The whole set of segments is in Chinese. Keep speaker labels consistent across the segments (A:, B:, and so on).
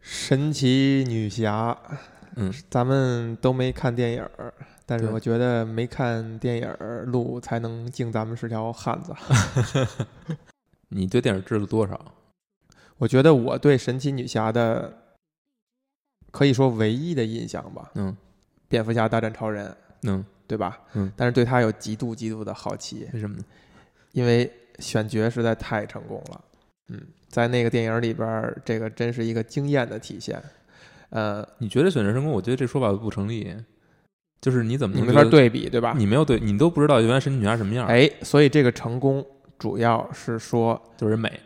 A: 神奇女侠，
B: 嗯，
A: 咱们都没看电影儿，但是
B: 对
A: 我觉得没看电影儿录才能敬咱们是条汉子。
B: 你对电影知道多少？
A: 我觉得我对神奇女侠的可以说唯一的印象吧，
B: 嗯
A: 蝙蝠侠大战超人，
B: 嗯，
A: 对吧？
B: 嗯，
A: 但是对他有极度极度的好奇，
B: 为什么呢？
A: 因为选角实在太成功了。嗯，在那个电影里边儿，这个真是一个惊艳的体现。呃，
B: 你觉得选择成功？我觉得这说法不成立。就是你怎么
A: 你
B: 能
A: 没法
B: 觉得，
A: 对比，对吧？
B: 你没有对，你都不知道原来神奇女侠什么样，，
A: 哎，所以这个成功主要是说，
B: 就是美。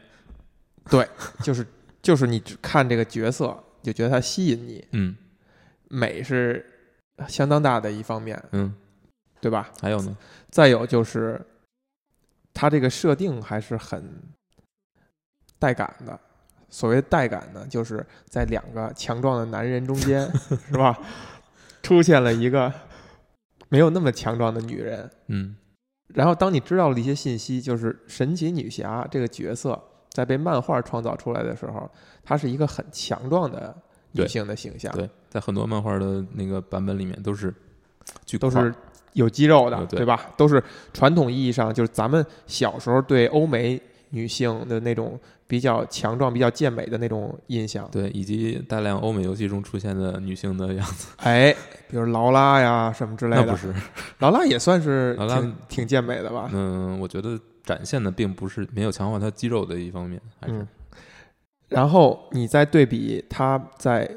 A: 就是就是你只看这个角色就觉得它吸引你，
B: 嗯
A: 美是相当大的一方面，
B: 嗯，
A: 对吧？
B: 还有呢？
A: 再有就是，它这个设定还是很带感的。所谓带感呢，就是在两个强壮的男人中间，是吧？出现了一个没有那么强壮的女人，
B: 嗯
A: 然后当你知道了一些信息，就是神奇女侠这个角色在被漫画创造出来的时候，她是一个很强壮的女
B: 对
A: 性的形象，
B: 对，在很多漫画的那个版本里面都是巨
A: 都
B: 块
A: 是有肌肉的，
B: 嗯对
A: 对吧？都是传统意义上就是咱们小时候对欧美女性的那种比较强壮、比较健美的那种印象。
B: 对，以及大量欧美游戏中出现的女性的样子，
A: 哎，比如劳拉呀什么之类
B: 那不
A: 的，
B: 是。
A: 劳拉也算是
B: 劳拉
A: 挺挺健美的吧？
B: 嗯，我觉得展现的并不是没有强化她肌肉的一方面，还是
A: 嗯然后你再对比他在《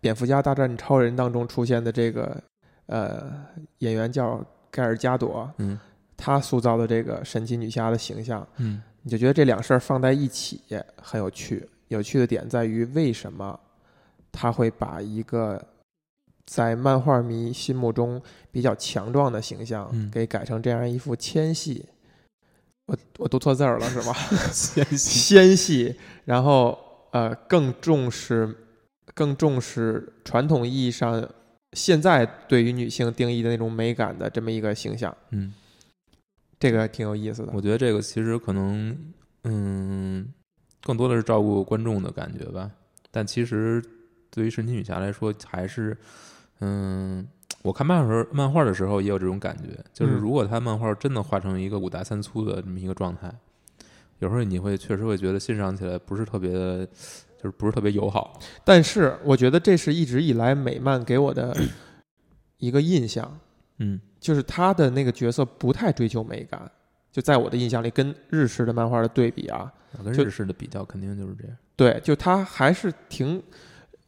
A: 蝙蝠侠大战超人》当中出现的这个呃演员叫盖尔加朵，
B: 嗯
A: 他塑造的这个神奇女侠的形象，
B: 嗯
A: 你就觉得这两事儿放在一起很有趣。有趣的点在于为什么他会把一个在漫画迷心目中比较强壮的形象
B: 嗯
A: 给改成这样一副纤细。我我读错字儿了是吧？
B: 纤细，
A: 纤细，然后呃更重视更重视传统意义上现在对于女性定义的那种美感的这么一个形象，
B: 嗯，
A: 这个挺有意思的。
B: 我觉得这个其实可能，嗯，更多的是照顾观众的感觉吧。但其实对于神奇女侠来说，还是，嗯，我看漫画时候漫画的时候也有这种感觉，就是
A: 嗯
B: 如果他漫画真的画成一个五大三粗的这么一个状态，有时候你会确实会觉得欣赏起来不是特别的，就是不是特别友好。
A: 但是我觉得这是一直以来美漫给我 的一个印象，
B: 嗯
A: 就是她的那个角色不太追求美感。就在我的印象里，跟日式的漫画的对比啊，
B: 跟
A: 就
B: 日式的比较肯定就是这样。
A: 对，就他还是挺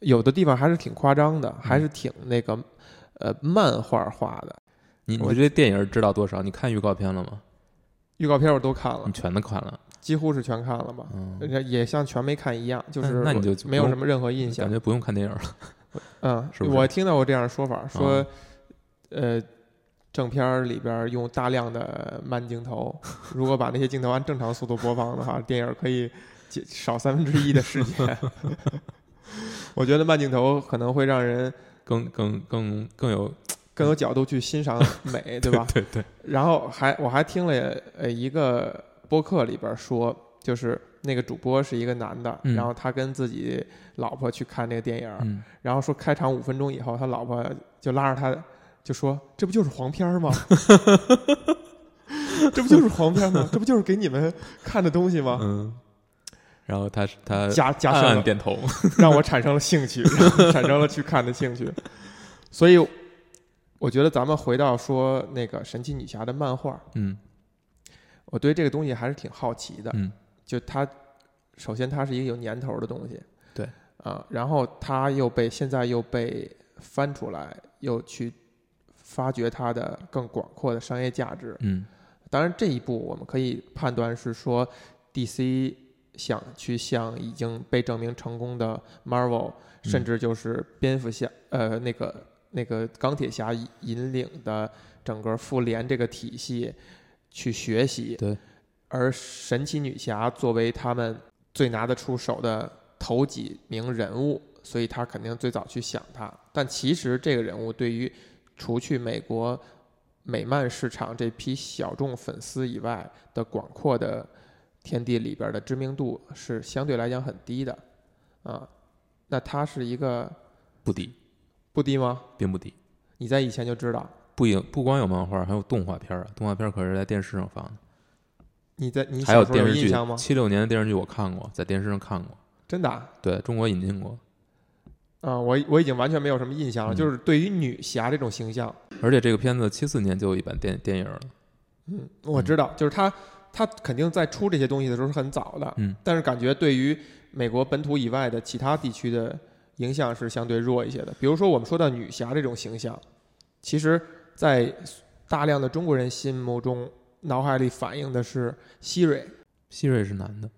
A: 有的地方还是挺夸张
B: 嗯
A: 的，还是挺那个呃漫画化的。
B: 你你
A: 我
B: 对这电影知道多少？你看预告片了吗？
A: 预告片我都看了
B: 你，全都看了，
A: 几乎是全看了吧，
B: 嗯，
A: 也像全没看一样，就是
B: 那那你就
A: 没有什么任何印
B: 感
A: 象。
B: 觉不用看电影了。
A: 嗯，
B: 是不是啊
A: 我听到过这样的说法，说呃。正片儿里边儿用大量的慢镜 头，如果把那些镜头按正常速度播放的话，电影可以减少三分之一的时 间。我觉得慢镜头可能会让人
B: 更更更更有
A: 更有角度去欣赏 美，对吧？
B: 对对，
A: 然后还我还听了呃一个播客里边说，就是那个主播是一个男的，
B: 嗯
A: 然后他跟自己老婆去看这个电影，
B: 嗯，
A: 然后说开场五分钟以后，他老婆就拉着他就说：“这不就是黄片儿吗？这不就是黄片儿吗？这不就是给你们看的东西吗
B: 嗯，然后他他？”
A: 加加
B: 暗
A: 深
B: 暗
A: 了，
B: 点头，
A: 让我产生了兴趣， 然后产生了去看的兴趣，所以。我觉得咱们回到说那个神奇女侠的漫画，
B: 嗯
A: 我对这个东西还是挺好奇的。
B: 嗯，
A: 就它，首先它是一个有年头的东西，
B: 对
A: 啊、然后它又被现在又被翻出来，又去发掘它的更广阔的商业价值。
B: 嗯
A: 当然，这一步我们可以判断是说，DC 想去向已经被证明成功的 Marvel，
B: 嗯
A: 甚至就是蝙蝠侠，呃，那个那个钢铁侠引领的整个复联这个体系去学习。
B: 对，
A: 而神奇女侠作为他们最拿得出手的头几名人物，所以他肯定最早去想他。但其实这个人物对于除去美国美漫市场这批小众粉丝以外的广阔的天地里边的知名度是相对来讲很低的，啊，那它是一个
B: 不低，
A: 不低吗？
B: 并不低。
A: 你在以前就知道，
B: 不影不光有漫画，还有动画片儿啊！动画片儿可是在电视上放的，
A: 你在你
B: 还有
A: 小时候
B: 电视
A: 印
B: 剧
A: 象吗。？
B: 七六年的电视剧我看过，在电视上看过，
A: 真的啊，
B: 对中国引进过。
A: 啊我我已经完全没有什么印象了。
B: 嗯
A: 就是对于女侠这种形象，
B: 而且这个片子七四年就有一版电电影了，
A: 嗯，我知道，就是他他肯定在出这些东西的时候是很早的，
B: 嗯，
A: 但是感觉对于美国本土以外的其他地区的影响是相对弱一些的。比如说我们说到女侠这种形象，其实，在大量的中国人心目中，脑海里反映的是希瑞，
B: 希瑞是男的，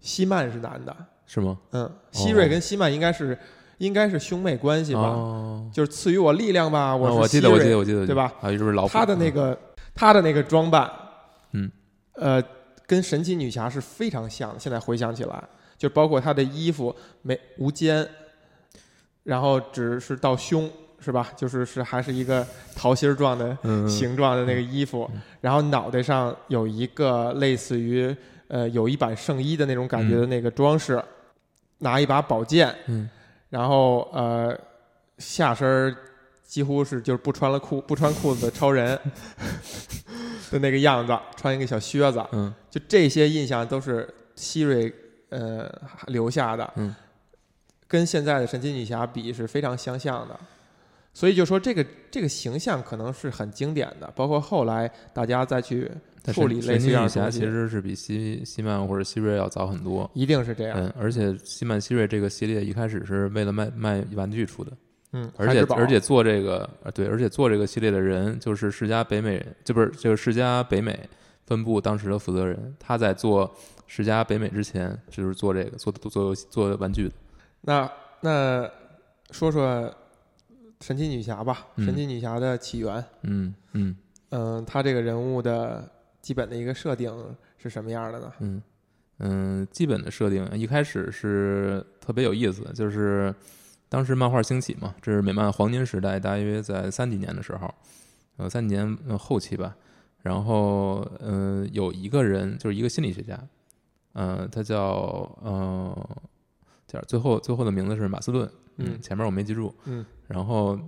A: 希曼是男的，
B: 是吗？
A: 嗯，希瑞跟希曼应该是、应该是兄妹关系吧，
B: 哦，
A: 就是赐予我力量吧，
B: 啊
A: 是
B: 我
A: 希
B: 记
A: 瑞，
B: 得，我记得，我记得，
A: 对吧？
B: 啊，是不是老虎
A: 她的那个她的那个装扮，
B: 嗯，
A: 呃，跟神奇女侠是非常像的。现在回想起来，就包括她的衣服没无肩，然后只是到胸，是吧？就是是还是一个桃心儿状的
B: 嗯，嗯
A: 形状的那个衣服，
B: 嗯
A: 然后脑袋上有一个类似于呃有一版圣衣的那种感觉的那个装饰，拿一把宝剑，
B: 嗯，
A: 然后呃下身儿几乎是就是不穿了裤不穿裤子的超人 的那个样子，穿一个小靴子，
B: 嗯，
A: 就这些印象都是希瑞呃留下的，
B: 嗯
A: 跟现在的神奇女侠比是非常相像的，所以就说这个这个形象可能是很经典的，包括后来大家再去
B: 但
A: 处理
B: 神
A: 类
B: 神
A: 似
B: 奇
A: 这样
B: 女
A: 的东
B: 侠
A: 西
B: 其实是比希希曼或者希瑞要早很多，
A: 一定是这样，
B: 嗯，而且希曼希瑞这个系列一开始是为了卖卖玩具出的，
A: 嗯，
B: 而
A: 孩之
B: 且
A: 宝
B: 而且做这个呃对，而且做这个系列的人就是世嘉北美，这不是就是世嘉北美分部当时的负责人，他在做世嘉北美之前就是做这个做做游戏做玩具的。
A: 那那说说神奇女侠吧，
B: 嗯
A: 神奇女侠的起源，
B: 嗯嗯
A: 嗯，她这个人物的基本的一个设定是什么样的呢？
B: 嗯嗯，基本的设定一开始是特别有意思，就是当时漫画兴起嘛，这是美漫黄金时代，大约在三几年的时候，呃，三几年、呃、后期吧。然后，嗯、有一个人就是一个心理学家，嗯、他叫呃，叫最后最后的名字是马斯顿，
A: 嗯
B: 前面我没记住，
A: 嗯，
B: 然后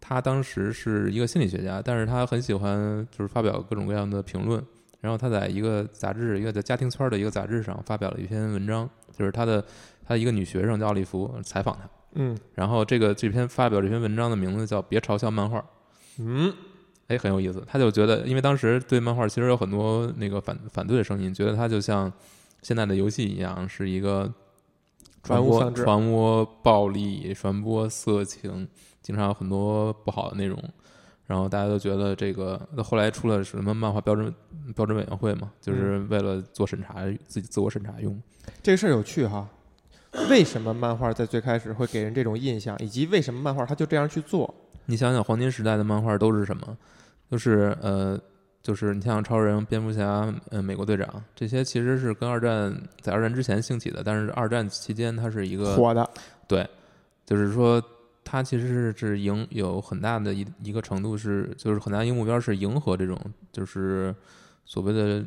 B: 他当时是一个心理学家，但是他很喜欢就是发表各种各样的评论。然后他在一个杂志，一个在家庭圈的一个杂志上发表了一篇文章，就是他的他的一个女学生叫奥利弗采访他。
A: 嗯
B: 然后这个这篇发表这篇文章的名字叫《别嘲笑漫画》，
A: 嗯
B: 哎，很有意思。他就觉得，因为当时对漫画其实有很多那个反反对的声音，觉得它就像现在的游戏一样，是一个传
A: 玩物
B: 播
A: 丧志
B: 传播暴力、传播色情，经常有很多不好的内容。然后大家都觉得这个，那后来出了什么漫画标准标准委员会嘛，就是为了做审查，自己自我审查用。
A: 这个事儿有趣哈。为什么漫画在最开始会给人这种印象，以及为什么漫画它就这样去做？
B: 你想想黄金时代的漫画都是什么？就是呃，就是你像超人、蝙蝠侠、呃，美国队长这些，其实是跟二战在二战之前兴起的，但是二战期间它是一个，
A: 火的，
B: 就是说它其实是是迎有很大的一一个程度是，就是很大一个目标是迎合这种就是所谓的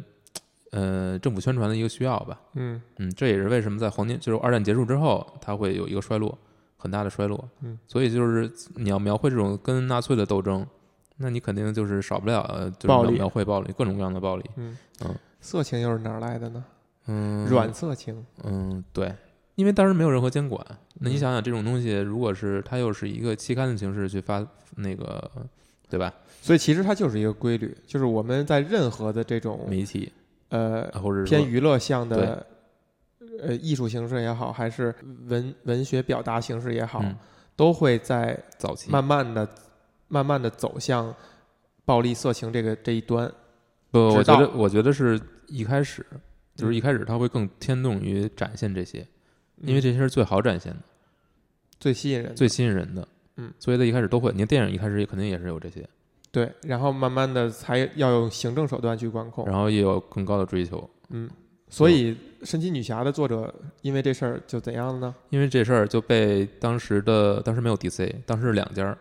B: 呃政府宣传的一个需要吧。
A: 嗯
B: 嗯，这也是为什么在黄金就是二战结束之后，它会有一个衰落，很大的衰落。
A: 嗯，
B: 所以就是你要描绘这种跟纳粹的斗争，那你肯定就是少不了呃就是
A: 暴
B: 描
A: 力
B: 描绘暴力，各种各样的暴力。
A: 嗯
B: 嗯
A: 色情又是哪儿来的呢？
B: 嗯，
A: 软色情，
B: 嗯对，因为当时没有任何监管。那
A: 嗯
B: 你想想，这种东西如果是它又是一个期刊的形式去发那个，对吧？
A: 所以其实它就是一个规律，就是我们在任何的这种
B: 媒体
A: 呃
B: 或
A: 嗯
B: 者是
A: 偏
B: 说
A: 娱乐向的呃艺术形式也好，还是文文学表达形式也好，
B: 嗯
A: 都会在
B: 早期
A: 慢慢的、慢慢的走向暴力色情这个这一端。
B: 不，我
A: 直
B: 觉
A: 到
B: 得我觉得是一开始，就是一
A: 嗯
B: 开始它会更偏重于展现这些，因
A: 嗯
B: 为这些是最好展现的。
A: 最吸引人的
B: 最吸引人的。
A: 嗯，
B: 所以他一开始都会，你看电影一开始也肯定也是有这些，
A: 对，然后慢慢的才要用行政手段去管控。
B: 然后也有更高的追求。
A: 嗯，所以神奇女侠的作者因为这事儿就怎样了呢？
B: 因为这事儿就被当时的当时没有 DC，当时是两家儿，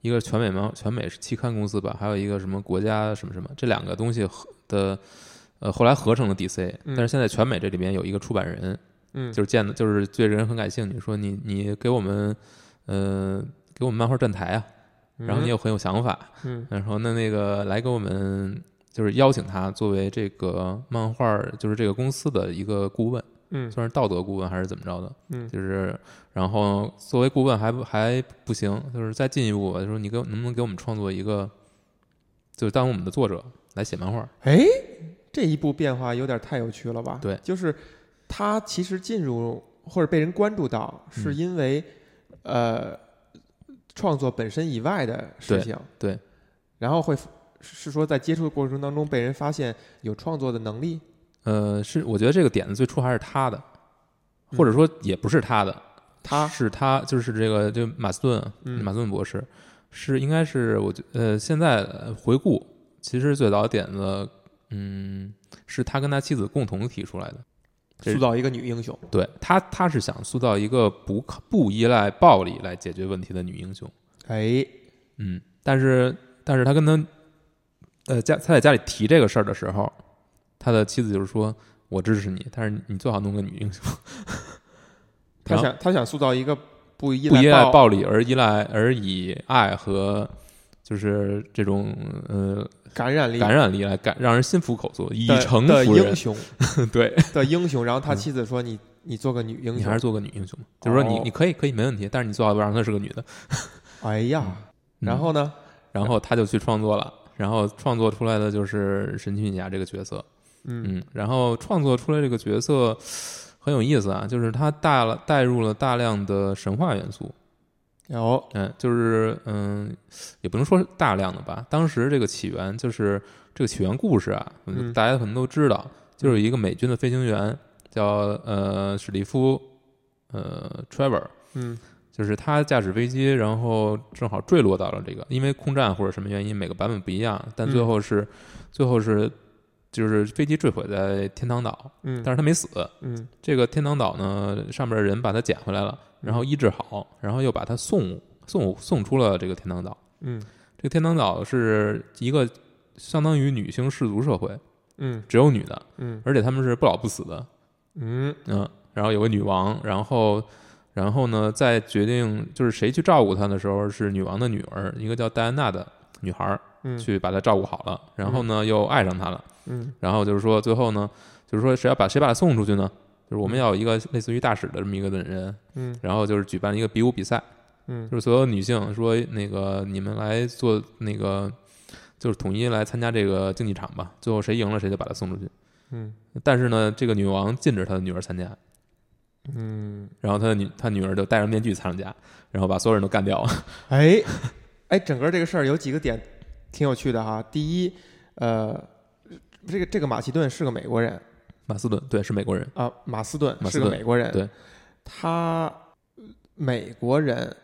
B: 一个是全美嘛，全美是期刊公司吧，还有一个什么国家什么什么，这两个东西合的，呃，后来合成了 DC，、
A: 嗯
B: 但是现在全美这里面有一个出版人，
A: 嗯，
B: 就是见的，就是对人很感兴趣，说你你给我们，呃，给我们漫画站台啊，然后你又很有想法，
A: 嗯
B: 然后那那个来给我们就是邀请他作为这个漫画儿，就是这个公司的一个顾问，
A: 嗯
B: 算是道德顾问还是怎么着的，
A: 嗯
B: 就是然后作为顾问还不还不行，就是再进一步吧，就是你给我能不能给我们创作一个，就是当我们的作者来写漫画儿，
A: 哎，这一步变化有点太有趣了吧？
B: 对
A: 就是他其实进入或者被人关注到，是
B: 嗯
A: 因为、呃创作本身以外的事情。
B: 对
A: 然后会是说在接触的过程当中被人发现有创作的能力。
B: 呃，是我觉得这个点子最初还是他的，
A: 嗯
B: 或者说也不是他的，
A: 他
B: 是他就是这个就马斯顿，
A: 嗯
B: 马斯顿博士是应该是我觉呃现在呃回顾，其实最早点子嗯是他跟他妻子共同提出来的，这
A: 塑造一个女英雄，
B: 对他他是想塑造一个不靠不依赖暴力来解决问题的女英雄，
A: 哎，
B: 嗯，但是但是他跟他呃家他在家里提这个事儿的时候，他的妻子就是说我支持你，但是你最好弄个女英雄，
A: 他
B: 然后
A: 想他想塑造一个不依
B: 不依赖
A: 暴
B: 暴力而依赖而以爱和就是这种呃
A: 感染力
B: 感染力来感让人心服口服，以
A: 的
B: 诚
A: 的
B: 服
A: 英
B: 人。
A: 雄
B: 对，嗯
A: 的英雄。然后他妻子说：“你你做个女英
B: 你还
A: 雄
B: 是。做个女英雄吧，就是说你
A: 哦
B: 你可以可以没问题，但是你最好让她是个女的。”
A: 哎呀，
B: 嗯
A: 然后呢？
B: 然后他就去创作了，然后创作出来的就是神奇女侠这个角色。
A: 嗯
B: 嗯，然后创作出来这个角色很有意思啊，就是他带了带入了大量的神话元素。
A: 有
B: 嗯，就是嗯，也不能说是大量的吧。当时这个起源就是这个起源故事啊，
A: 嗯
B: 大家可能都知道，就是有一个美军的飞行员叫呃史蒂夫呃 Trevor，
A: 嗯
B: 就是他驾驶飞机，然后正好坠落到了这个，因为空战或者什么原因，每个版本不一样，但最
A: 嗯
B: 后是、最后是就是飞机坠毁在天堂岛，
A: 嗯，
B: 但是他没死，
A: 嗯
B: 这个天堂岛呢，上面人把他捡回来了，然后医治好，然后又把他送送送出了这个天堂岛。
A: 嗯
B: 这个天堂岛是一个相当于女性氏族社会，
A: 嗯
B: 只有女的，
A: 嗯
B: 而且他们是不老不死的，
A: 嗯
B: 嗯，然后有个女王，然后然后呢，在决定就是谁去照顾她的时候，是女王的女儿，一个叫戴安娜的女孩儿
A: 嗯，
B: 去把她照顾好了，然后呢又爱上她了。
A: 嗯
B: 然后就是说最后呢，就是说谁要把谁把他送出去呢？就是我们要有一个类似于大使的这么一个的人，
A: 嗯
B: 然后就是举办了一个比武比赛，
A: 嗯
B: 就是所有女性说那个你们来做那个，就是统一来参加这个竞技场吧，最后谁赢了谁就把他送出去。
A: 嗯
B: 但是呢，这个女王禁止她的女儿参加，
A: 嗯，
B: 然后她的女她女儿就戴上面具参加，然后把所有人都干掉了。
A: 哎哎，整个这个事儿有几个点挺有趣的哈。第一，呃，这个这个马其顿是个美国人。
B: 马斯顿对是美国人，
A: 啊，马斯顿
B: 马
A: 是
B: 斯
A: 个
B: 顿
A: 美国人，
B: 对，
A: 他呃美国人，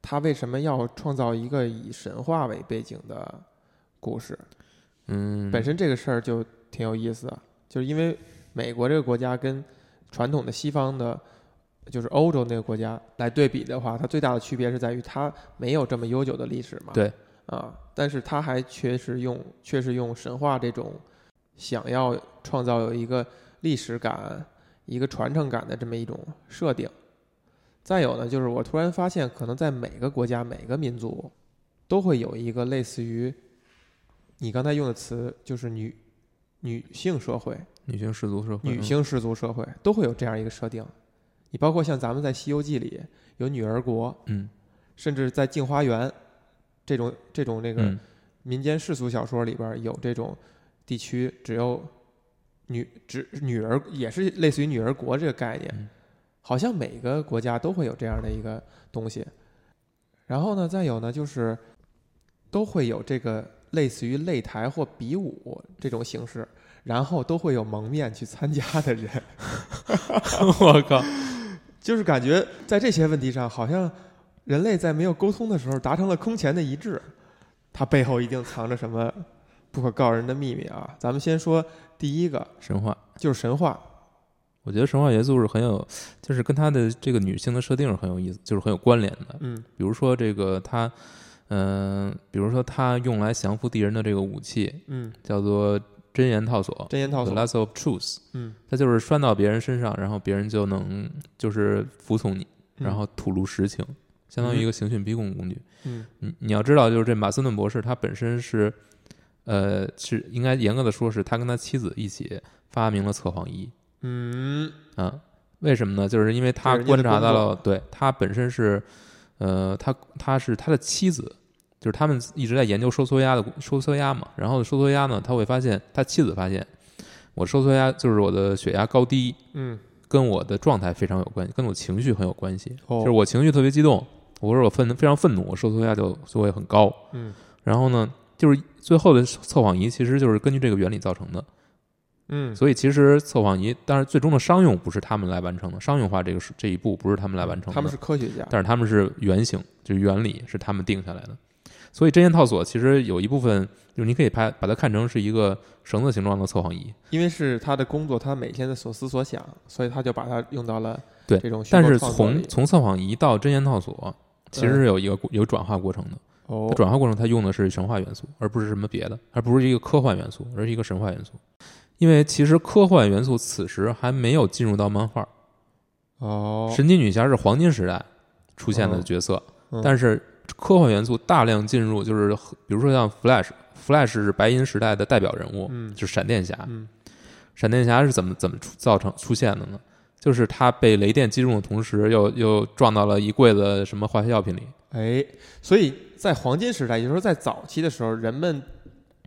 A: 他为什么要创造一个以神话为背景的故事？
B: 嗯，
A: 本身这个事儿就挺有意思的，就是因为美国这个国家跟传统的西方的，就是欧洲那个国家来对比的话，它最大的区别是在于它没有这么悠久的历史嘛。
B: 对，
A: 啊，但是它还确实用确实用神话这种想要创造有一个历史感、一个传承感的这么一种设定。再有呢，就是我突然发现，可能在每个国家、每个民族都会有一个类似于你刚才用的词，就是女女性社会、
B: 女性氏族社会，
A: 女性氏族社会都会有这样一个设定。你包括像咱们在《西游记》里有女儿国，
B: 嗯
A: 甚至在《镜花缘》这种这种那
B: 嗯
A: 个
B: 嗯
A: 民间世俗小说里边儿有这种地区只有女只女儿也是类似于女儿国这个概念，
B: 嗯
A: 好像每个国家都会有这样的一个东西。然后呢，再有呢就是都会有这个类似于擂台或比武这种形式，然后都会有蒙面去参加的人，
B: 我靠，
A: 就是感觉在这些问题上，好像人类在没有沟通的时候达成了空前的一致，它背后一定藏着什么不可告人的秘密啊！咱们先说第一个，
B: 神话。
A: 就是神话，
B: 我觉得神话元素是很有，就是跟她的这个女性的设定是很有意思，就是很有关联的。
A: 嗯
B: 比如说这个她，嗯、比如说她用来降服敌人的这个武器
A: 嗯
B: 叫做真言套索
A: 真言套
B: ，The
A: 索，
B: Lasso of Truth，
A: 嗯，
B: 它就是拴到别人身上，然后别人就能就是服从你，
A: 嗯
B: 然后吐露实情，相当于一个刑讯逼供工具。
A: 嗯
B: 你你要知道，就是这马斯顿博士他本身是，呃，是应该严格的说是他跟他妻子一起发明了测谎仪
A: 嗯
B: 啊。为什么呢？就是因为他
A: 这是人
B: 观
A: 家的
B: 察到
A: 工
B: 了，对他本身是，呃，他他是他的妻子，就是他们一直在研究收缩压的收缩压嘛。然后收缩压呢，他会发现他妻子发现我收缩压就是我的血压高低
A: 嗯
B: 跟我的状态非常有关系，跟我情绪很有关系。
A: 哦
B: 就是我情绪特别激动，我说我愤非常愤怒，我收缩压就就会很高。
A: 嗯
B: 然后呢，就是最后的测谎仪其实就是根据这个原理造成的，
A: 嗯，
B: 所以其实测谎仪，但是最终的商用不是他们来完成的，商用化这个是这一步不是他们来完成的，
A: 他们是科学家，
B: 但是他们是原型，就是原理是他们定下来的。所以针线套索其实有一部分，就是你可以把把它看成是一个绳子形状的测谎仪，
A: 因为是他的工作，他每天的所思所想，所以他就把它用到了
B: 对
A: 这种虚构
B: 但是
A: 创作
B: 从
A: 里
B: 从测谎仪到针线套索，其实是有一个有转化过程的。
A: 哦
B: 它转化过程它用的是神话元素，而不是什么别的，而不是一个科幻元素，而是一个神话元素。因为其实科幻元素此时还没有进入到漫画，
A: 哦，
B: 神奇女侠是黄金时代出现的
A: 嗯
B: 角色，
A: 嗯
B: 但是科幻元素大量进入，就是比如说像 Flash，Flash 是白银时代的代表人物，
A: 嗯
B: 就是闪电侠。
A: 嗯
B: 闪电侠是怎么怎么出造成出现的呢？就是他被雷电击中的同时又，又撞到了一柜子什么化学药品里，
A: 哎，所以在黄金时代，也就是说在早期的时候，人们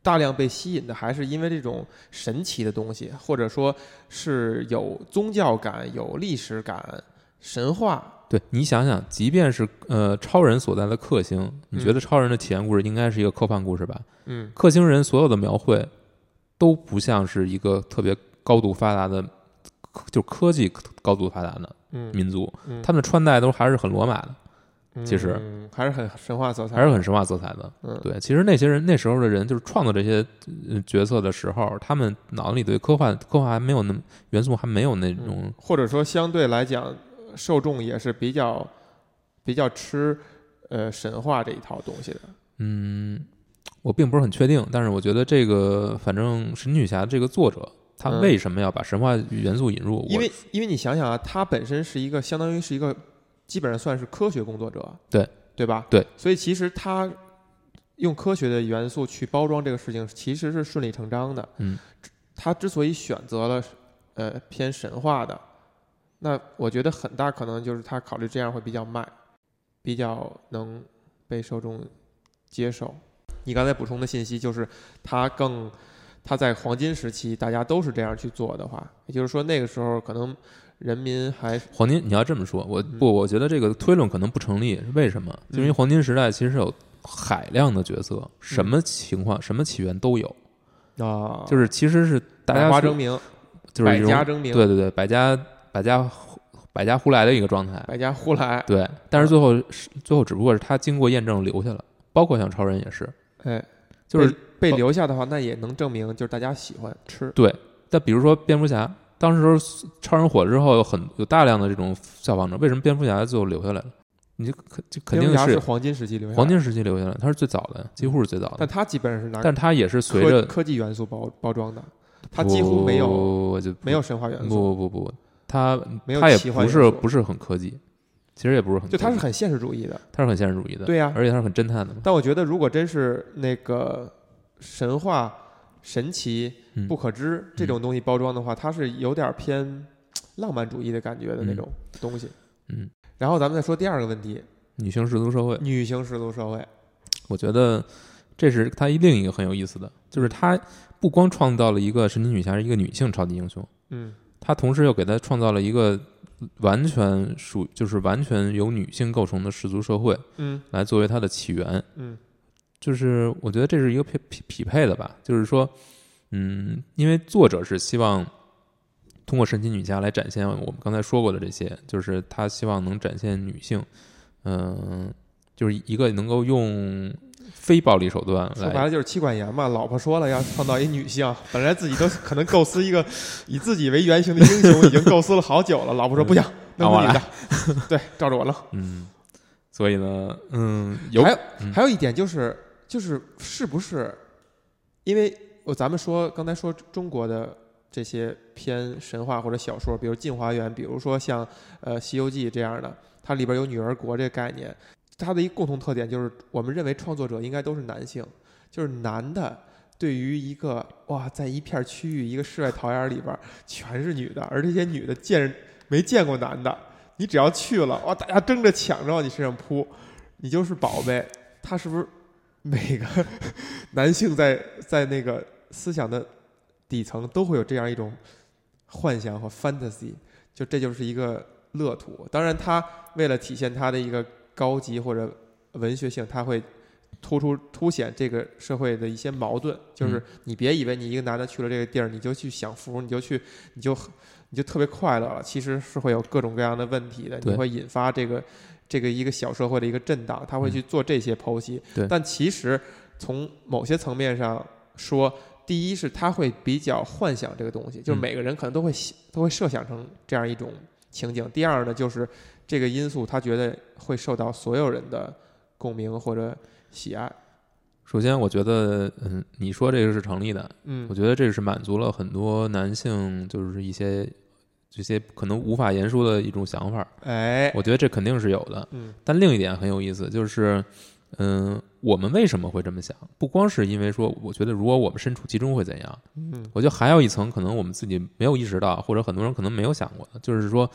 A: 大量被吸引的还是因为这种神奇的东西，或者说是有宗教感、有历史感、神话。
B: 对你想想，即便是呃超人所在的克星，你觉得超人的起源故事应该是一个科幻故事吧？
A: 嗯
B: 克星人所有的描绘都不像是一个特别高度发达的，科就科技高度发达的
A: 嗯
B: 民族，
A: 嗯
B: 他们的穿戴都还是很罗马的，其实
A: 嗯还是很神话色彩，
B: 还是很神话色彩的。
A: 嗯
B: 对，其实那些人那时候的人，就是创造这些呃角色的时候，他们脑子里对科幻科幻还没有那么元素还没有那种
A: 嗯，或者说相对来讲，呃受众也是比较比较吃呃神话这一套东西的。
B: 嗯，我并不是很确定，但是我觉得这个，反正神奇女侠这个作者，他
A: 嗯
B: 为什么要把神话元素引入？我
A: 因为因为你想想啊，他本身是一个相当于是一个基本上算是科学工作者，
B: 对
A: 对吧？
B: 对，
A: 所以其实他用科学的元素去包装这个事情，其实是顺理成章的。
B: 嗯，
A: 他之所以选择了呃偏神话的，那我觉得很大可能就是他考虑这样会比较卖，比较能被受众接受。你刚才补充的信息就是，他更他在黄金时期大家都是这样去做的话，也就是说那个时候可能人民还
B: 黄金，你要这么说，我
A: 嗯
B: 不，我觉得这个推论可能不成立。为什么？就因为
A: 嗯
B: 黄金时代其实有海量的角色，什么情况、什么起源都有，
A: 啊，
B: 就是其实是大
A: 百
B: 家
A: 花
B: 所
A: 争鸣，
B: 就是
A: 百
B: 这种
A: 家争鸣，
B: 对对对，百家百家百家呼来的一个状态。
A: 百家呼来，
B: 对，但是最后是最后只不过是他经过验证留下了，包括像超人也是，
A: 哎，
B: 就是哦
A: 被留下的话，那也能证明就是大家喜欢吃，
B: 对，但比如说蝙蝠侠，当时超人火了之后，有很有大量的这种效仿者，为什么蝙蝠侠最后留下来了？你就肯就肯
A: 蝙
B: 定
A: 蝠侠
B: 是
A: 是黄金时期留下来的
B: 黄，金时期留下来，它是最早的，几乎是最早的
A: 嗯但，他基本上是拿
B: 但是它也是随
A: 科
B: 着
A: 科技元素包包装的，他几乎没有
B: 不我就不
A: 没有神话元
B: 不
A: 素，
B: 不不不，它
A: 没有
B: 它也
A: 奇幻元
B: 不是
A: 素
B: 不是很科技，其实也不是很
A: 就他
B: 科
A: 是
B: 技
A: 很现实主义的，
B: 它是很现实主义的，
A: 对呀啊
B: 而且它是很侦探的嘛，
A: 但我觉得，如果真是那个神话、神奇
B: 嗯、
A: 不可知、这种东西包装的话，它是有点偏嘖浪漫主义的感觉的那种东西。
B: 嗯，
A: 然后咱们再说第二个问题：
B: 女性氏族社会，
A: 女性氏族社会。
B: 我觉得这是它另一个很有意思的，就是它不光创造了一个神奇女侠是一个女性超级英雄。
A: 嗯
B: 他同时又给他创造了一个完全属，就是完全由女性构成的氏族社会，
A: 嗯
B: 来作为它的起源。
A: 嗯
B: 就是我觉得这是一个匹匹匹配的吧，就是说，嗯，因为作者是希望通过神奇女侠来展现我们刚才说过的这些，就是他希望能展现女性，嗯、就是一个能够用非暴力手段
A: 说白
B: 来
A: 了就是妻管严嘛。老婆说了要创造一女性，本来自己都可能构思一个以自己为原型的英雄，已经构思了好久了。老婆说不行，弄个女的，对，照着我弄。
B: 嗯，所以呢，嗯，有
A: 还有、
B: 嗯
A: 呃还有一点就是就是是不是因为我咱们说刚才说中国的这些偏神话或者小说，比如《镜花缘》，比如说像呃《西游记》这样的，它里边有女儿国这个概念，它的一个共同特点就是，我们认为创作者应该都是男性，就是男的。对于一个哇，在一片区域一个世外桃源里边儿全是女的，而这些女的见没见过男的，你只要去了哇，大家争着抢着往你身上扑，你就是宝贝。他是不是每个 男性在在那个思想的底层都会有这样一种幻想和 fantasy？就这就是一个乐土。当然，他为了体现他的一个高级或者文学性，他会突出凸显这个社会的一些矛盾。就是你别以为你一个男的去了这个地儿，你就去享福，你就去，你就你就特别快乐了。其实是会有各种各样的问题的，
B: 对
A: 你会引发这个这个一个小社会的一个震荡。他会去做这些剖析。
B: 嗯对
A: 但其实从某些层面上说。第一是他会比较幻想这个东西，就是
B: 嗯
A: 每个人可能都会想都会设想成这样一种情景。第二呢，就是这个因素，他觉得会受到所有人的共鸣或者喜爱。
B: 首先，我觉得，嗯，你说这个是成立的，我
A: 嗯，
B: 觉得这是满足了很多男性，就是一些这些可能无法言说的一种想法。
A: 哎，
B: 我觉得这肯定是有的。
A: 嗯
B: 但另一点很有意思，就是，嗯，我们为什么会这么想？不光是因为说，我觉得如果我们身处其中会怎样？
A: 嗯
B: 我觉得还有一层可能我们自己没有意识到，或者很多人可能没有想过的，就是说，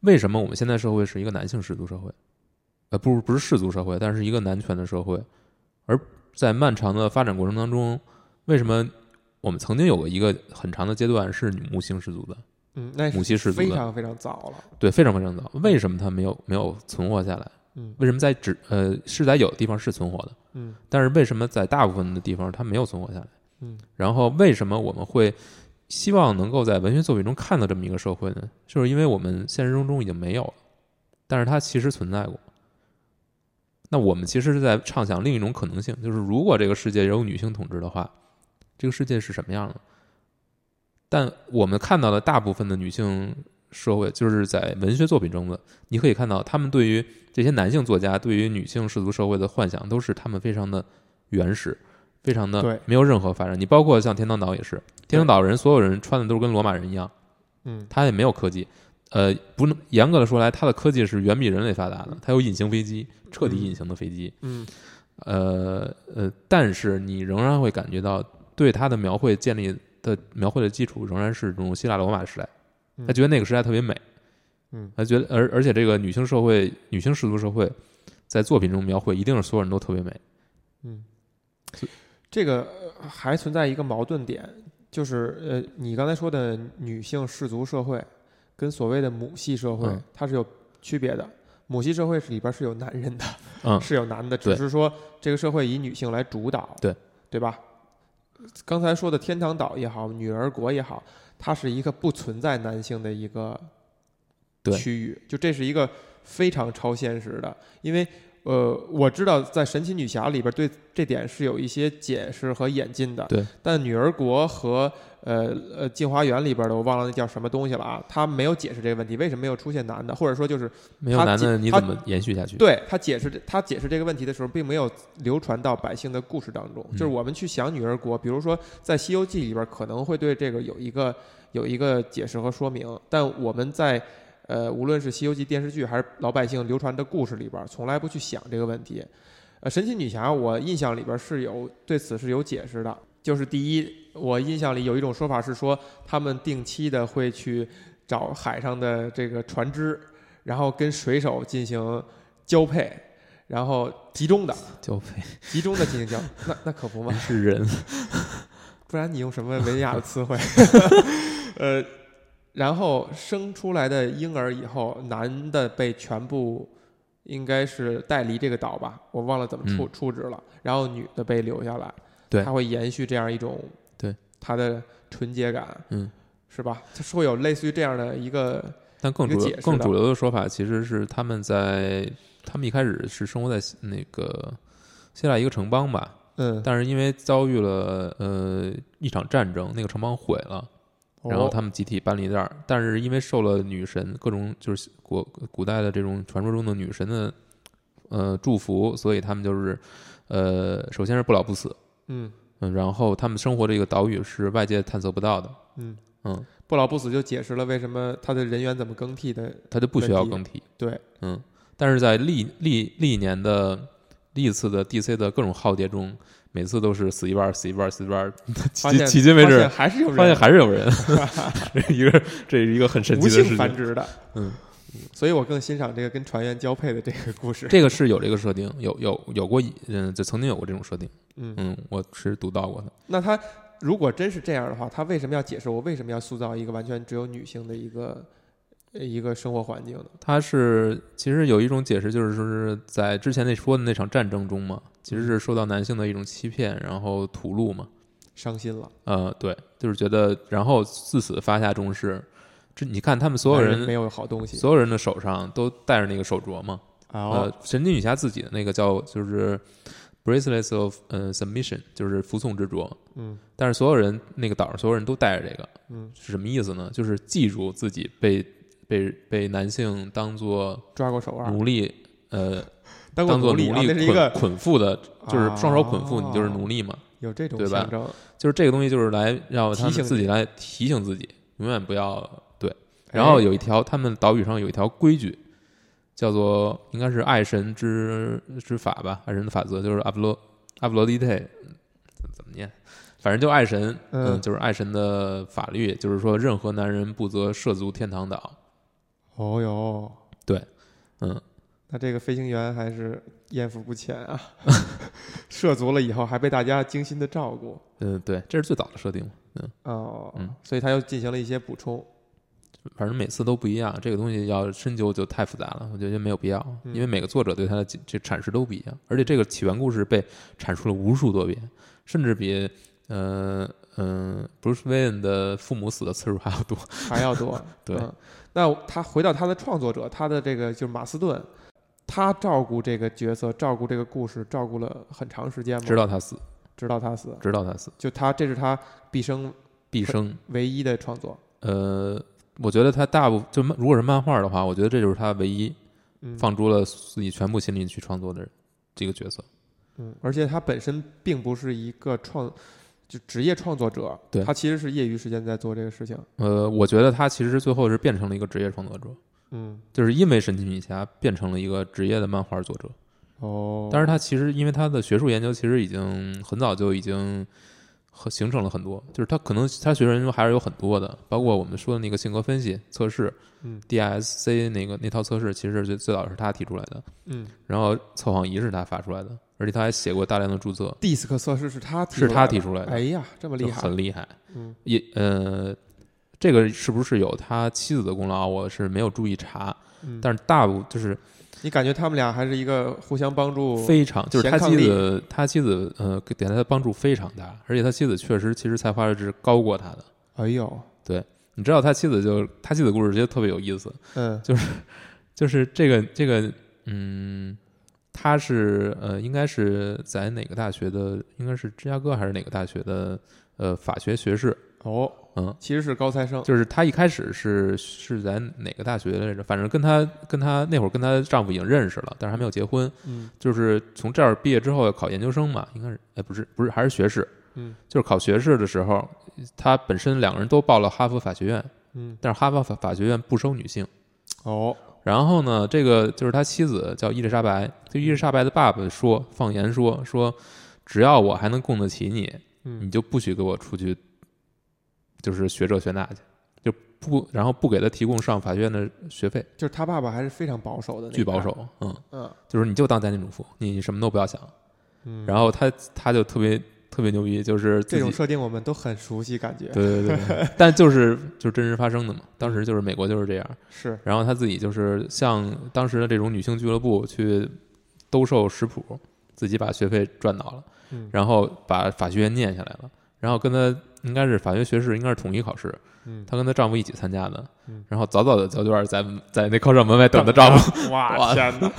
B: 为什么我们现在社会是一个男性氏族社会？呃，不是不是氏族社会，但是一个男权的社会。而在漫长的发展过程当中，为什么我们曾经有过一个很长的阶段是女母性氏族的，
A: 嗯，那
B: 母
A: 是
B: 系氏族
A: 非
B: 的？
A: 常非常早了。
B: 对，非常非常早。为什么它没有没有存活下来？
A: 嗯
B: 为什么在只呃是在有的地方是存活的？
A: 嗯
B: 但是为什么在大部分的地方它没有存活下来？
A: 嗯，
B: 然后为什么我们会希望能够在文学作品中看到这么一个社会呢？就是因为我们现实中中已经没有了，但是它其实存在过。那我们其实是在畅想另一种可能性，就是如果这个世界有女性统治的话，这个世界是什么样的？但我们看到的大部分的女性社会，就是在文学作品中的，你可以看到他们对于这些男性作家对于女性氏族社会的幻想，都是他们非常的原始，非常的
A: 对
B: 没有任何发展。你包括像天堂岛也是，天堂岛人所有人穿的都是跟罗马人一样，
A: 嗯，
B: 他也没有科技。呃，不能严格的说来，他的科技是远比人类发达的，他有隐形飞机，彻底隐形的飞机。
A: 嗯
B: 呃呃，但是你仍然会感觉到对他的描绘建立的描绘的基础仍然是这种希腊罗马时代
A: 嗯，
B: 他觉得那个时代特别美，
A: 嗯，
B: 他觉得而而且这个女性社会、女性氏族社会在作品中描绘一定是所有人都特别美，
A: 嗯，这个呃还存在一个矛盾点，就是呃，你刚才说的女性氏族社会跟所谓的母系社会
B: 嗯，
A: 它是有区别的。母系社会是里边是有男人的，
B: 嗯
A: 是有男的，只
B: 对
A: 是说这个社会以女性来主导，
B: 对
A: 对吧？刚才说的天堂岛也好，女儿国也好，它是一个不存在男性的一个
B: 对
A: 区域，就这是一个非常超现实的，因为呃，我知道在神奇女侠里边对这点是有一些解释和演进的，
B: 对，
A: 但女儿国和呃呃镜花园里边的我忘了那叫什么东西了啊，它没有解释这个问题，为什么没有出现男的，或者说就是
B: 没有
A: 他
B: 男
A: 解
B: 的你
A: 他
B: 怎么延续下去？
A: 对他解释这他解释这个问题的时候，并没有流传到百姓的故事当中。
B: 嗯
A: 就是我们去想女儿国，比如说在《西游记》里边可能会对这个有一个有一个解释和说明，但我们在呃无论是《西游记》电视剧还是老百姓流传的故事里边，从来不去想这个问题。呃，神奇女侠，我印象里边是有对此是有解释的，就是第一，我印象里有一种说法是说，他们定期的会去找海上的这个船只，然后跟水手进行交配，然后集中的
B: 交配
A: 集中的进行交，那那可不嘛，
B: 是人，
A: 不然你用什么文雅的词汇？ 呃，然后生出来的婴儿以后，男的被全部应该是带离这个岛吧，我忘了怎么处、处置了，然后女的被留下来，
B: 嗯对
A: 他会延续这样一种
B: 对
A: 他的纯洁感，
B: 嗯，
A: 是吧？就是会有类似于这样的一个，
B: 但更
A: 一个
B: 主
A: 解
B: 流
A: 释
B: 更
A: 的
B: 主流的说法其实是他们在他们一开始是生活在希那个希腊一个城邦吧，
A: 嗯，
B: 但是因为遭遇了呃一场战争，那个城邦毁了，然后
A: 哦
B: 他们集体搬离这儿。但是因为受了女神各种就是古古代的这种传说中的女神的呃祝福，所以他们就是呃首先是不老不死，
A: 嗯
B: 嗯，然后他们生活这个岛屿是外界探测不到的，
A: 嗯
B: 嗯，
A: 布老不死就解释了为什么他的人员怎么更替的，
B: 它就不需要
A: 问题
B: 更替。
A: 对，
B: 嗯，但是在历历历年的历次的 DC 的各种浩劫中，每次都是死一半儿，死一半儿，死一半儿，
A: 发
B: 迄
A: 现
B: 迄今为
A: 发
B: 止
A: 现还是有人
B: 发现还是有人，这是 一个这是一个很神
A: 无
B: 奇的
A: 性
B: 事
A: 繁
B: 情。
A: 殖的，
B: 嗯，
A: 所以我更欣赏这个跟船员交配的这个故事，
B: 这个是有这个设定，有有有过一，嗯，就曾经有过这种设定，
A: 嗯，
B: 嗯，我是读到过的。
A: 那他如果真是这样的话，他为什么要解释我为什么要塑造一个完全只有女性的一个呃一个生活环境呢？
B: 它是其实有一种解释，就是说是在之前那说的那场战争中嘛，其
A: 嗯
B: 实是受到男性的一种欺骗，然后屠戮嘛，
A: 伤心了，
B: 呃，对，就是觉得，然后自此发下重视。这你看，他们所有
A: 男
B: 人
A: 没有好东西，
B: 所有人的手上都戴着那个手镯嘛。
A: 哦
B: 呃，神奇女侠自己的那个叫就是 bracelets of 呃 submission，就是服从之镯。
A: 嗯
B: 但是所有人那个岛上所有人都戴着这个，
A: 嗯，
B: 是什么意思呢？就是记住自己被被被男性当做
A: 抓过手腕，
B: 奴隶，呃，
A: 当过
B: 当做
A: 奴隶啊，那是一
B: 捆
A: 个
B: 捆缚的，就是双手捆缚，
A: 啊
B: 你就是奴隶嘛。
A: 有这种
B: 对吧
A: 象征，
B: 就是这个东西，就是来让他们
A: 提醒你
B: 自己来提醒自己，永远不要对。然后
A: 哎
B: 有一条，他们岛屿上有一条规矩，叫做应该是爱神之之法吧，爱神的法则就是阿波罗阿波罗狄忒，怎么念？反正就爱神，
A: 嗯
B: 嗯，就是爱神的法律，就是说任何男人不得涉足天堂岛。
A: 哦哟，
B: 对，嗯，
A: 那这个飞行员还是艳福不浅啊， 涉足了以后还被大家精心的照顾
B: 嗯，对，这是最早的设定嘛，嗯，
A: 哦，
B: 嗯
A: 所以他又进行了一些补充，
B: 反正每次都不一样，这个东西要深究就太复杂了，我觉得没有必要，
A: 嗯
B: 因为每个作者对它的解这阐释都不一样，而且这个起源故事被阐述了无数多遍，甚至比呃嗯、呃、Bruce Wayne 的父母死的次数还要多。
A: 还要多。
B: 对
A: 嗯那他回到他的创作者，他的这个就是马斯顿，他照顾这个角色，照顾这个故事，照顾了很长时间吗？
B: 直到他死，
A: 直到他死，
B: 直到他死，
A: 就他这是他毕生
B: 毕生。
A: 唯一的创作。
B: 呃，我觉得他大部就漫如果是漫画的话，我觉得这就是他唯一
A: 嗯，
B: 放逐了自己全部心力去创作的人这个角色。
A: 嗯，而且他本身并不是一个创，就职业创作者，
B: 对
A: 他其实是业余时间在做这个事情。
B: 呃，我觉得他其实最后是变成了一个职业创作者。
A: 嗯，
B: 就是因为神奇女侠变成了一个职业的漫画作者，
A: 哦，
B: 但是他其实因为他的学术研究其实已经很早就已经和形成了很多，就是他可能他学术研究还是有很多的，包括我们说的那个性格分析测试，
A: 嗯
B: DSC 那个那套测试其实最最早是他提出来的，
A: 嗯
B: 然后测谎仪是他发出来的，而且他还写过大量的注册，
A: ，DISC 测试是他提
B: 是他
A: 出
B: 提出来
A: 来的，
B: 的，
A: 哎呀，这么
B: 就
A: 厉害，
B: 很厉害，
A: 嗯
B: 也呃。这个是不是有他妻子的功劳？我是没有注意查，
A: 嗯，
B: 但是大部就是
A: 你感觉他们俩还是一个互相帮助，
B: 非常，就是他
A: 贤
B: 妻
A: 伉俪
B: 子，他妻子呃给对他的帮助非常大，而且他妻子确实其实才华是高过他的。
A: 哎呦，
B: 你知道他妻子就他妻子故事其实特别有意思，
A: 嗯
B: 就是这个这个嗯，他是呃应该是在哪个大学的，应该是芝加哥还是哪个大学的呃法学学士，
A: 哦，
B: 嗯，
A: 其实是高材生，
B: 就是他一开始是是在哪个大学来着，反正跟他跟他那会儿跟他丈夫已经认识了，但是还没有结婚，
A: 嗯
B: 就是从这儿毕业之后要考研究生嘛，应该是，哎，不是，不是，还是学士，
A: 嗯，
B: 就是考学士的时候，他本身两个人都报了哈佛法学院，
A: 嗯，
B: 但是哈佛法法学院不收女性。
A: 哦，
B: 然后呢，这个就是他妻子叫伊丽莎白，就伊丽莎白的爸爸说，放言说说，只要我还能供得起你，你
A: 嗯
B: 就不许给我出去，就是学这学那去，就不，然后不给他提供上法学院的学费，
A: 就是他爸爸还是非常保守的，
B: 巨保，守，嗯，
A: 嗯
B: 就是你就当家庭主妇，你什么都不要想。
A: 嗯，
B: 然后他他就特别特别牛逼，就是自
A: 这种
B: 己
A: 设定我们都很熟悉，感觉
B: 对对对，但就是就是真实发生的嘛。当时就是美国就是这样，
A: 是，
B: 然后他自己就是向当时的这种女性俱乐部去兜售食谱，自己把学费赚到了，
A: 嗯
B: 然后把法学院念下来了，然后跟他应该是法学学士，应该是统一考试，
A: 嗯，
B: 她跟她丈夫一起参加的
A: 嗯，
B: 然后早早的交卷，在在那考场门外等她丈夫，
A: 夫，
B: 哇
A: 哇天 哪，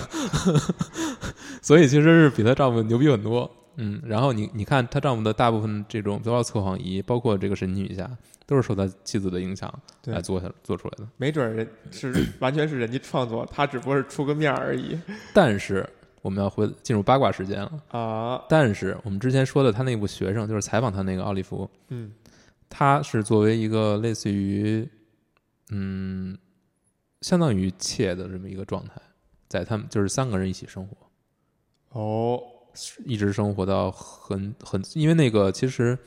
B: 所以其实是比她丈夫牛逼很多。嗯，然后你你看她丈夫的大部分这种，包括测谎仪，包括这个神奇女侠，都是受他妻子的影响
A: 对
B: 来做下做出来的。
A: 没准儿人是完全是人家创作，他只不过是出个面儿而已，
B: 但是我们要回进入八卦时间了。
A: 啊，
B: 但是我们之前说的他那个学生，就是采访他那个奥利弗，
A: 嗯
B: 他是作为一个类似于，嗯，相当于妾的这么一个状态，在他们就是三个人一起生活，
A: 哦，
B: 一直生活到很很，因为那个其实，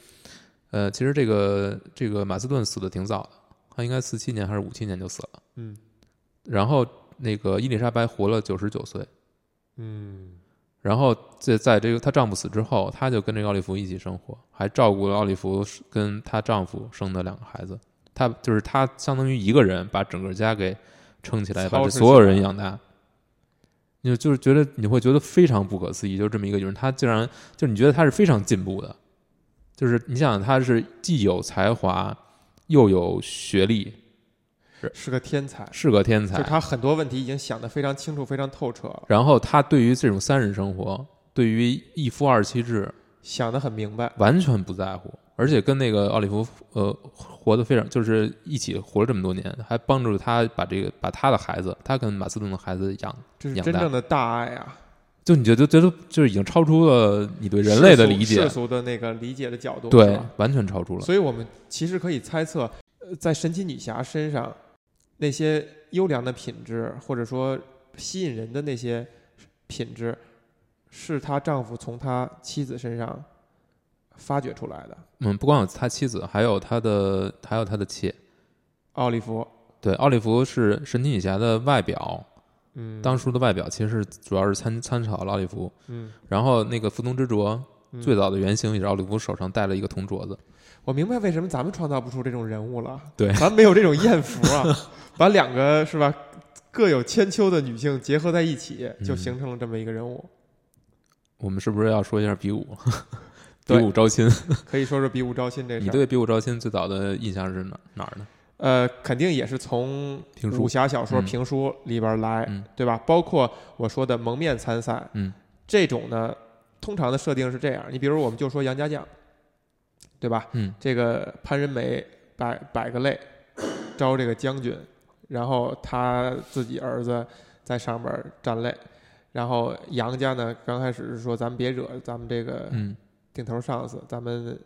B: 呃，其实这个这个马斯顿死的挺早的，他应该四七年还是五七年就死了，
A: 嗯
B: 然后那个伊丽莎白活了九十九岁，
A: 嗯
B: 然后在在这个她丈夫死之后，她就跟这个奥利弗一起生活，还照顾了奥利弗跟她丈夫生的两个孩子。她就是她相当于一个人把整个家给撑起来，
A: 操持
B: 把这
A: 起
B: 所有
A: 来
B: 人养大。你就是觉得你会觉得非常不可思议，就这么一个女人，她竟然就是你觉得她是非常进步的，就是你想她是既有才华又有学历，
A: 是个天才，
B: 是个天
A: 就
B: 才。
A: 他很多问题已经想得非常清楚、非常透彻了，
B: 然后她对于这种三人生活，对于一夫二妻制，
A: 想得很明白。
B: 完全不在乎，而且跟那个奥利弗呃活得非常，就是一起活了这么多年，还帮助他把这个把他的孩子，他跟马斯顿的孩子养，
A: 这是
B: 养
A: 真
B: 大
A: 正的大爱啊！
B: 就你觉得觉得就是已经超出了你对人类的理
A: 世俗
B: 解
A: 世，俗的那个理解的角度，是
B: 对
A: 吧，
B: 完全超出了。
A: 所以我们其实可以猜测，呃在神奇女侠身上那些优良的品质，或者说吸引人的那些品质，是她丈夫从她妻子身上发掘出来的。
B: 嗯，不光有他妻子，还有他的还有他的妾。
A: 奥利弗，
B: 对，奥利弗是神奇女侠的外表，
A: 嗯，
B: 当初的外表其实主要是参参考了奥利弗，
A: 嗯，
B: 然后那个服从之镯
A: 嗯
B: 最早的原型也是奥利弗手上戴了一个铜镯子。
A: 我明白为什么咱们创造不出这种人物了。
B: 对
A: 咱没有这种艳福啊，把两个是吧各有千秋的女性结合在一起，就
B: 嗯
A: 形成了这么一个人物，
B: 我们是不是要说一下比 武？比
A: 对
B: 武招亲，
A: 可以说是比武招亲这
B: 你
A: 事儿。
B: 对比武招亲最早的印象是哪哪儿呢？
A: 呃，肯定也是从
B: 评
A: 武
B: 书，
A: 侠小说
B: 嗯
A: 评书里边来，
B: 嗯
A: 对吧？包括我说的蒙面参赛，
B: 嗯，
A: 这种呢，通常的设定是这样，你比如我们就说杨家将，对吧？
B: 嗯，
A: 这个潘仁美摆摆个擂，招这个将军，然后他自己儿子在上面站擂，然后杨家呢，刚开始是说咱们别惹咱们这个
B: 嗯
A: 顶头上司，咱们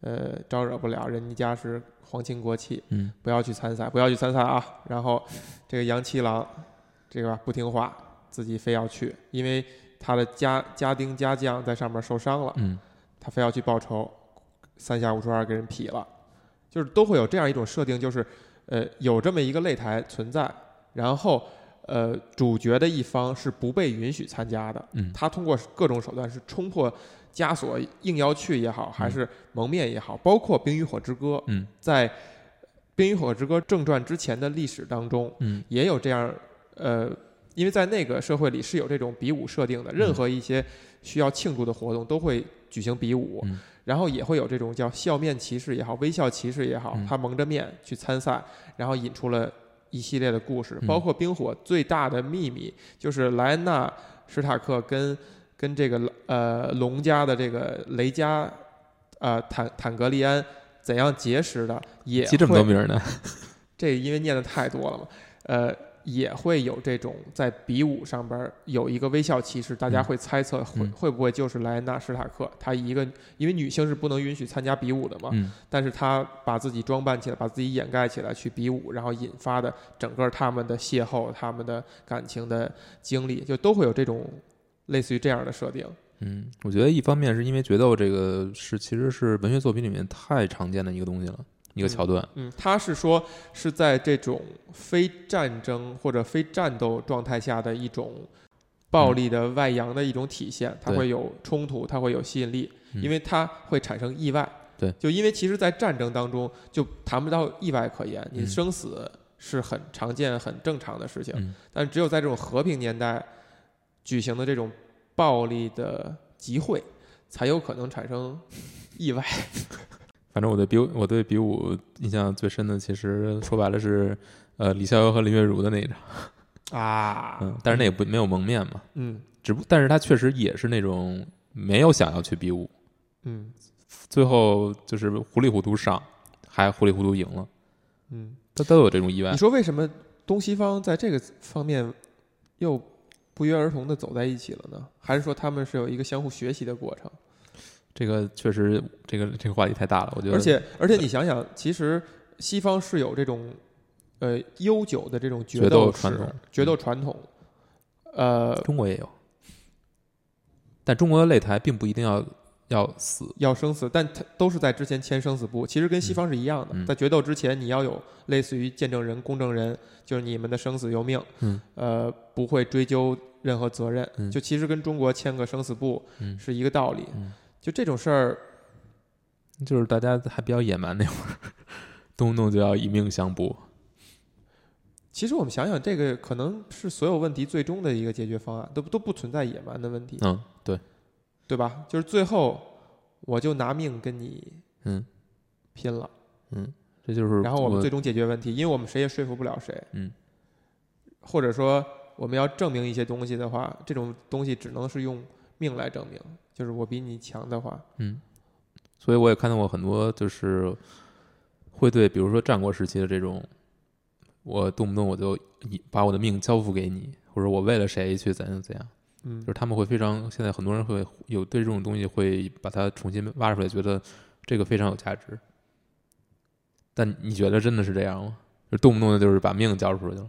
A: 呃招惹不了，人家是皇亲国戚，
B: 嗯
A: 不要去参赛，不要去参赛啊。然后这个杨七郎，这个吧不听话，自己非要去，因为他的家家丁家将在上面受伤了，
B: 嗯，
A: 他非要去报仇，三下五除二给人劈了，就是都会有这样一种设定，就是呃有这么一个擂台存在，然后呃主角的一方是不被允许参加的，
B: 嗯
A: 他通过各种手段是冲破枷锁，硬要去也好，还是蒙面也好，包括《冰与火之歌》，
B: 嗯，
A: 在《冰与火之歌》正传之前的历史当中，
B: 嗯
A: 也有这样，呃，因为在那个社会里是有这种比武设定
B: 嗯
A: 的，任何一些需要庆祝的活动都会举行比武，
B: 嗯
A: 然后也会有这种叫笑面骑士也好，微笑骑士也好，
B: 嗯
A: 他蒙着面去参赛，然后引出了一系列的故事，
B: 嗯
A: 包括冰火最大的秘密就是莱安娜史塔克跟跟这个呃龙家的这个雷加呃坦坦格利安怎样结识的，也
B: 记这么多
A: 会
B: 名儿呢？
A: 这因为念的太多了嘛，呃，也会有这种在比武上边儿有一个微笑骑士，大家
B: 嗯
A: 会猜测会、
B: 嗯
A: 会不会就是莱安娜·史塔克，她一个因为女性是不能允许参加比武的嘛，
B: 嗯
A: 但是她把自己装扮起来，把自己掩盖起来去比武，然后引发的整个他们的邂逅、他们的感情的经历，就都会有这种类似于这样的设定。
B: 嗯，我觉得一方面是因为决斗这个是其实是文学作品里面太常见的一个东西了，一个桥段。
A: 嗯，他是说是在这种非战争或者非战斗状态下的一种暴力的外扬的一种体现，它
B: 嗯对
A: 会有冲突，它会有吸引力，
B: 嗯
A: 因为它会产生意外。
B: 对
A: 就因为其实，在战争当中就谈不到意外可言，你
B: 嗯
A: 生死是很常见、很正常的事情，
B: 嗯
A: 但是只有在这种和平年代举行的这种暴力的集会，才有可能产生意 外。
B: 反正我对比武我对比武印象最深的，其实说白了是呃李逍遥和林月如的那一场，
A: 啊
B: 嗯，但是那也不没有蒙面嘛，
A: 嗯
B: 只不但是他确实也是那种没有想要去比武，
A: 嗯
B: 最后就是糊里糊涂上，还糊里糊涂赢了，
A: 嗯。
B: 他都有这种意外
A: 你。说为什么东西方在这个方面又不约而同的走在一起了呢？还是说他们是有一个相互学习的过程？
B: 这个确实，这个这个话题太大了，我觉得。
A: 而且而且你想想，其实西方是有这种呃悠久的这种决
B: 决斗
A: 斗
B: 传
A: 史
B: 统
A: 决斗传统。呃，
B: 中国也有，但中国的擂台并不一定要要死，
A: 要生死，但它都是在之前签生死簿，其实跟西方是一样的。
B: 嗯嗯
A: 在决斗之前，你要有类似于见证人、公证人，就是你们的生死由命，
B: 嗯
A: 呃，不会追究任何责任。
B: 嗯
A: 就其实跟中国签个生死簿
B: 嗯，
A: 是一个道理。
B: 嗯
A: 就这种事儿，
B: 就是大家还比较野蛮那会儿， 动不动就要以命相搏。
A: 其实我们想想，这个可能是所有问题最终的一个解决方案，都都不存在野蛮的问题，
B: 嗯，
A: 对吧？就是最后我就拿命跟你
B: 嗯
A: 拼了。
B: 这就是
A: 然后我们最终解决问题，因为我们谁也说服不了谁。
B: 嗯，
A: 或者说我们要证明一些东西的话，这种东西只能是用命来证明，就是我比你强的话，
B: 嗯，所以我也看到过很多就是会对，比如说战国时期的这种，我动不动我就以把我的命交付给你，或者我为了谁去怎样怎样，
A: 嗯
B: 就是他们会非常现在很多人会有对这种东西会把它重新挖出来，觉得这个非常有价值。但你觉得真的是这样吗？就动不动的就是把命交出去了。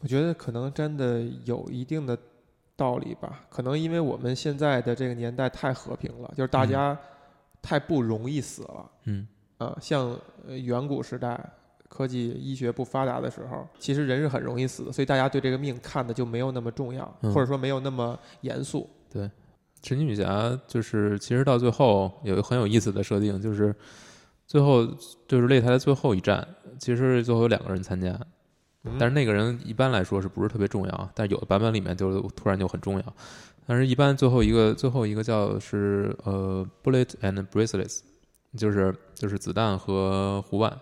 A: 我觉得可能真的有一定的道理吧。可能因为我们现在的这个年代太和平了，就是大
B: 嗯
A: 家太不容易死了。
B: 嗯
A: 啊，像呃远古时代科技医学不发达的时候，其实人是很容易死的，所以大家对这个命看的就没有那么重要，
B: 嗯
A: 或者说没有那么严肃。
B: 神奇女侠就是其实到最后有一个很有意思的设定，就是最后就是擂台的最后一战，其实最后有两个人参加，
A: 嗯
B: 但是那个人一般来说是不是特别重要？但有的版本里面就突然就很重要。但是，一般最后一个最后一个叫是呃，bullet and bracelets，就是就是子弹和护腕，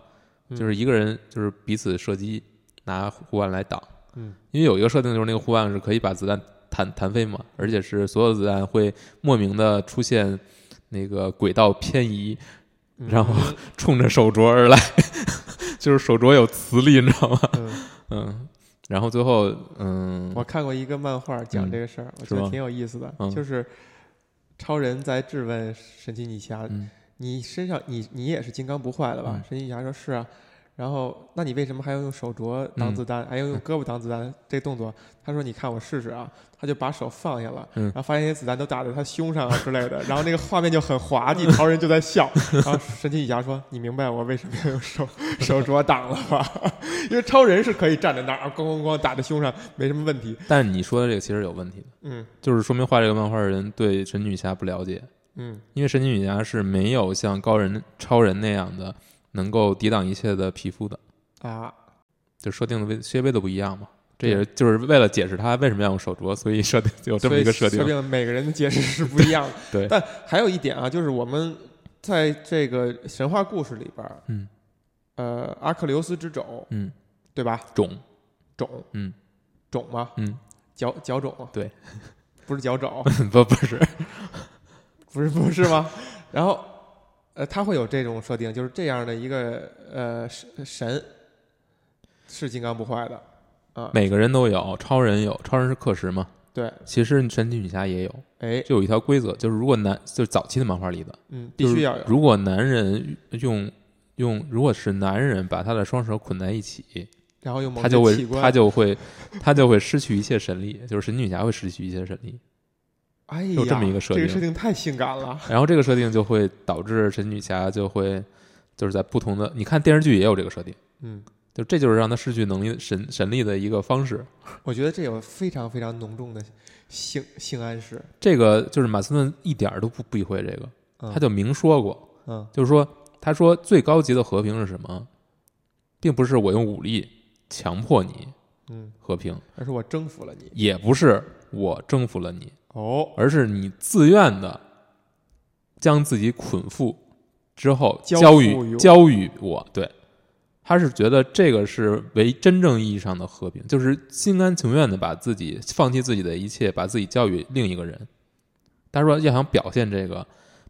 A: 嗯
B: 就是一个人就是彼此射击，拿护腕来挡。
A: 嗯，
B: 因为有一个设定就是那个护腕是可以把子弹弹弹飞嘛，而且是所有的子弹会莫名的出现那个轨道偏移，
A: 嗯
B: 然后 冲着手镯而来， 就是手镯有磁力，你知道吗？
A: 嗯
B: 嗯，然后最后，嗯，
A: 我看过一个漫画讲这个事儿，我觉
B: 是
A: 得
B: 吗
A: 挺有意思的，
B: 嗯
A: 就是超人在质问神奇女侠：“
B: 嗯
A: 你身上你你也是金刚不坏的吧？”
B: 嗯
A: 神奇女侠说：“是啊。”然后，那你为什么还要用手镯
B: 嗯
A: 挡子弹，还要用胳膊挡子弹？这个动作，他说：“你看我试试啊。”他就把手放下了，
B: 嗯
A: 然后发现那些子弹都打在他胸上啊之类的，然后那个画面就很滑稽，超人就在 笑。然后神奇女侠说：“你明白我为什么要用手手镯挡了吧？ 因为超人是可以站在那儿咣咣咣打在胸上，没什么问题。
B: 但是你说的这个其实有问题的，
A: 嗯
B: 就是说明画这个漫画的人对神奇女侠不了解，
A: 嗯
B: 因为神奇女侠是没有像高人、超人那样的能够抵挡一切的皮肤的，
A: 啊，
B: 就设定的位些微都不一样嘛。这
A: 对
B: 也就是为了解释他为什么要用手镯，所以设定有这么一个设定。。
A: 定每个人的解释是不一样的
B: 对
A: 但还有一点啊，就是我们在这个神话故事里边儿，
B: 嗯
A: 呃，阿克琉斯之肘，
B: 嗯，
A: 对吧？
B: 种
A: 种，
B: 嗯，
A: 种吗？
B: 嗯，
A: 脚脚种，啊
B: 对，
A: 不是脚肘，
B: 不不是，
A: 不是不是吗？然后，呃，他会有这种设定，就是这样的一个呃神神是金刚不坏的啊，
B: 每个人都有，超人有，超人是氪石嘛。
A: 对，
B: 其实神奇女侠也有，
A: 哎，
B: 就有一条规则，就是如果男就是早期的漫画里的，
A: 嗯，必须要有
B: 就是，如果男人用用，如果是男人把他的双手捆在一起，
A: 然后又某
B: 他就
A: 些
B: 会
A: 器官，
B: 他就会他就会失去一切神力，就是神奇女侠会失去一切神力。
A: 哎呀，
B: 有这么一个设定
A: 这个设定太性感了。
B: 然后这个设定就会导致神奇女侠就会就是在不同的，你看电视剧也有这个设定，
A: 嗯，
B: 就这就是让她失去能力神神力的一个方式。
A: 我觉得这有非常非常浓重的性性暗示。
B: 这个就是马斯顿一点儿都不避讳这个，
A: 嗯
B: 他就明说过，
A: 嗯
B: 就是说，他说最高级的和平是什么，并不是我用武力强迫你
A: 嗯，
B: 和平，
A: 而是我征服了你
B: 也不是我征服了你，
A: 哦，
B: 而是你自愿的将自己捆缚之后
A: 交
B: 交
A: 付于
B: 予
A: 我
B: 交予我。对，他是觉得这个是为真正意义上的和平，就是心甘情愿的把自己放弃自己的一切，把自己交予另一个人。他说要想表现这个，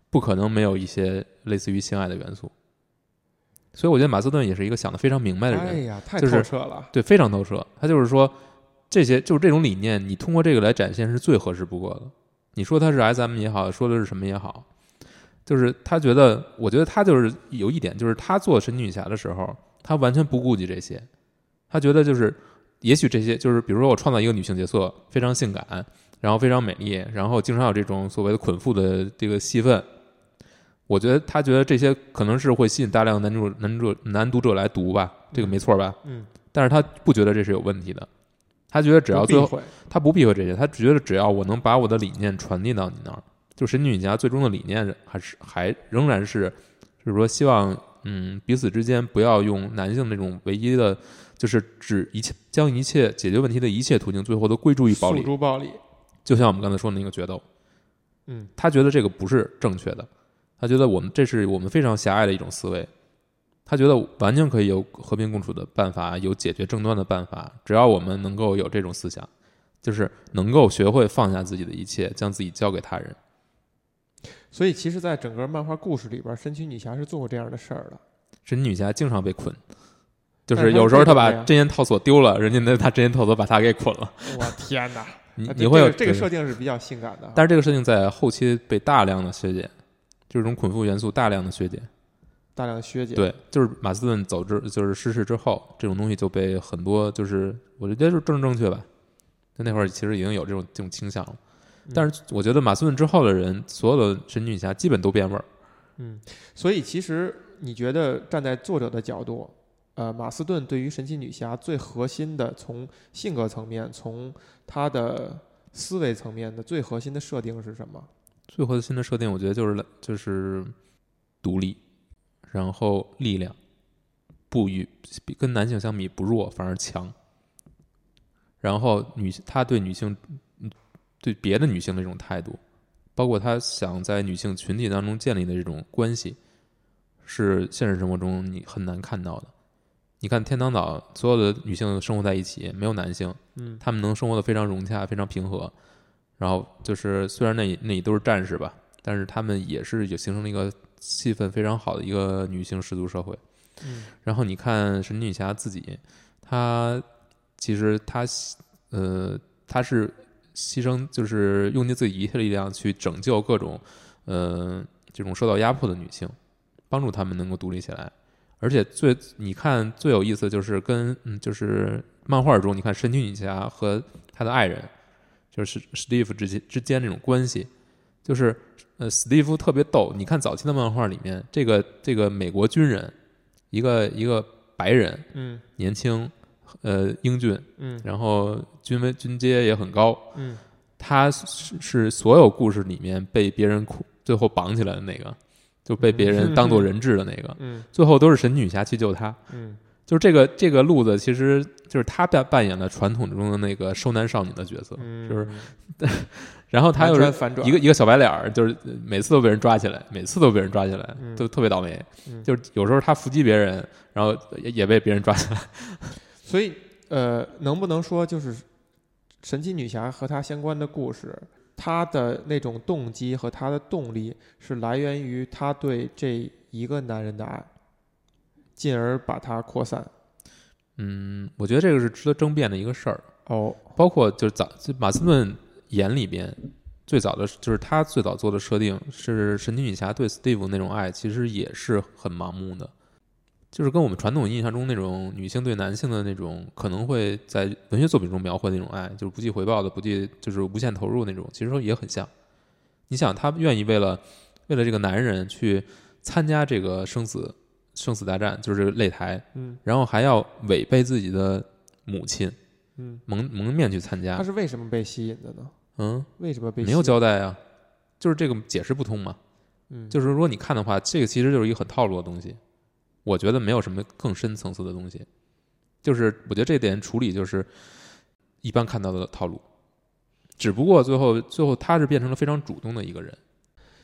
B: 不可能没有一些类似于性爱的元素。所以我觉得马斯顿也是一个想的非常明白的人，
A: 哎呀，太
B: 就是
A: 透彻了。
B: 对，非常透彻。他就是说，这些就是这种理念，你通过这个来展现是最合适不过的。你说他是 S M 也好，说的是什么也好，就是他觉得，我觉得他就是有一点，就是他做神奇女侠的时候，他完全不顾及这些，他觉得就是，也许这些就是，比如说我创造一个女性角色，非常性感，然后非常美丽，然后经常有这种所谓的捆缚的这个戏份。我觉得他觉得这些可能是会吸引大量男主男主男读者来读吧，这个没错吧？
A: 嗯，
B: 但是他不觉得这是有问题的，他觉得只要最后
A: 不避讳
B: 他不避讳这些，他觉得只要我能把我的理念传递到你那儿，就神奇女侠最终的理念还是还仍然是，就是说希望嗯彼此之间不要用男性那种唯一的，就是只一切将一切解决问题的一切途径最后都归注于暴
A: 诉
B: 力，
A: 诸暴力，
B: 就像我们刚才说的那个决斗，
A: 嗯，
B: 他觉得这个不是正确的，他觉得我们这是我们非常狭隘的一种思维，他觉得完全可以有和平共处的办法，有解决争端的办法，只要我们能够有这种思想，就是能够学会放下自己的一切，将自己交给他人。
A: 所以其实，在整个漫画故事里边，神奇女侠是做过这样的事儿的。
B: 神奇女侠经常被捆，就
A: 但是
B: 是
A: 她
B: 有时候
A: 这
B: 她
A: 个
B: 把
A: 怎么样
B: 真言套索丢了，人家那她真言套索把她给捆了。
A: 我天哪！
B: 你
A: 啊对
B: 你会有
A: 这个这个
B: 对
A: 设定是比较性感的，
B: 但是这个事情在后期被大量的削减，这种捆缚元素大量的削减。
A: 大量的削减。
B: 对，就是马斯顿走之，就是逝世之后，这种东西就被很多就是我觉得就是政治正确吧。就那会儿其实已经有这种这种倾向了，
A: 嗯
B: 但是我觉得马斯顿之后的人，所有的神奇女侠基本都变味儿。
A: 嗯，所以其实你觉得站在作者的角度，呃，马斯顿对于神奇女侠最核心的，从性格层面，从她的思维层面的最核心的设定是什么？
B: 最核心的设定，我觉得就是就是独立，然后力量不与比跟男性相比不弱，反而强。然后女她对女性嗯对别的女性的这种态度，包括她想在女性群体当中建立的这种关系，是现实生活中你很难看到的。你看天堂岛所有的女性生活在一起，没有男性，
A: 嗯
B: 他们能生活的非常融洽，非常平和。然后就是虽然那那里都是战士吧，但是他们也是也形成了一个气氛非常好的一个女性氏族社会。
A: 嗯
B: 然后你看神奇女侠自己，她其实她呃她是牺牲，就是用尽自己一切力量去拯救各种呃这种受到压迫的女性，帮助她们能够独立起来。而且最你看最有意思的就是跟嗯就是漫画中你看神奇女侠和她的爱人就是史蒂夫之间之间这种关系，就是呃史蒂夫特别逗。你看早期的漫画里面，这个这个美国军人。一个一个白人，
A: 嗯
B: 年轻，呃，英俊，
A: 嗯
B: 然后军威军阶也很高。
A: 嗯，
B: 他是是所有故事里面被别人捆最后绑起来的那个，就被别人当做人质的那 个。
A: 嗯
B: 最后都是神女侠去救他。
A: 嗯
B: 就是这个这个路子，其实就是他扮扮演了传统中的那个受难少女的角色，
A: 嗯，
B: 就是然后他又
A: 完全
B: 是
A: 反转
B: 一个一个小白脸儿，就是每次都被人抓起来，每次都被人抓起来，
A: 嗯
B: 都特别倒霉。
A: 嗯
B: 就是有时候他伏击别人，然后也也被别人抓起来。
A: 所以，呃，能不能说就是神奇女侠和她相关的故事，她的那种动机和她的动力是来源于她对这一个男人的爱，进而把它扩散。
B: 嗯，我觉得这个是值得争辩的一个事儿。
A: 哦，
B: 包括就是早就马斯顿眼里边最早的就是他最早做的设定是神奇女侠对 Steve 那种爱，其实也是很盲目的，就是跟我们传统印象中那种女性对男性的那种可能会在文学作品中描绘的那种爱，就是不计回报的、不计就是无限投入那种，其实也很像。你想，他愿意为了为了这个男人去参加这个生死生死大战，就是这个擂台，
A: 嗯
B: 然后还要违背自己的母亲。
A: 嗯，
B: 蒙蒙面去参加
A: 她，是为什么被吸引的呢？
B: 嗯，
A: 为什么被
B: 没有
A: 吸引？
B: 交代啊，就是这个解释不通嘛。
A: 嗯，
B: 就是如果你看的话，这个其实就是一个很套路的东西，我觉得没有什么更深层次的东西。就是我觉得这点处理就是一般看到的套路，只不过最后最后他是变成了非常主动的一个人。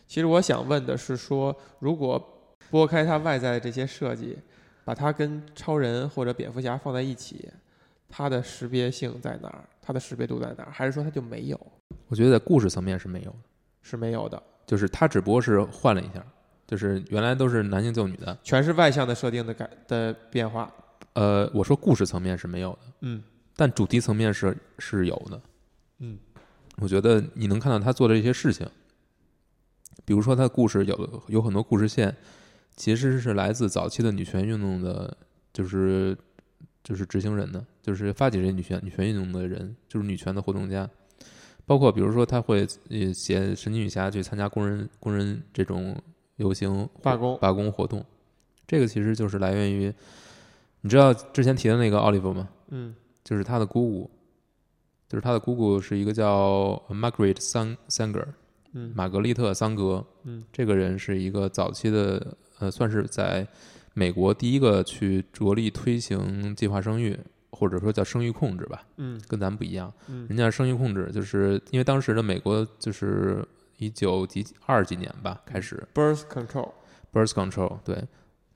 A: 其实我想问的是说，如果拨开它外在的这些设计，把它跟超人或者蝙蝠侠放在一起，它的识别性在哪儿？它的识别度在哪儿？还是说它就没有？
B: 我觉得在故事层面是没有的，
A: 是没有的，
B: 就是他只不过是换了一下，就是原来都是男性救女的，
A: 全是外向的设定的改的变化。
B: 呃，我说故事层面是没有的。
A: 嗯
B: 但主题层面是是有的。
A: 嗯，
B: 我觉得你能看到他做的一些事情，比如说他的故事有的有很多故事线，其实是来自早期的女权运动的，就是就是执行人的，就是发起这女权女权运动的人，就是女权的活动家。包括比如说他会呃写神奇女侠去参加工人工人这种游行
A: 罢工
B: 罢工活动，这个其实就是来源于你知道之前提的那个奥利弗吗？
A: 嗯
B: 就是他的姑姑，就是他的姑姑是一个叫呃 Margaret 桑桑格尔，
A: 嗯
B: 玛格丽特桑格，
A: 嗯，
B: 这个人是一个早期的呃，算是在美国第一个去着力推行计划生育，或者说叫生育控制吧，
A: 嗯
B: 跟咱们不一样。
A: 嗯
B: 人家生育控制就是因为当时的美国就是一九几二几年吧开始，
A: ，birth control，
B: birth control，对，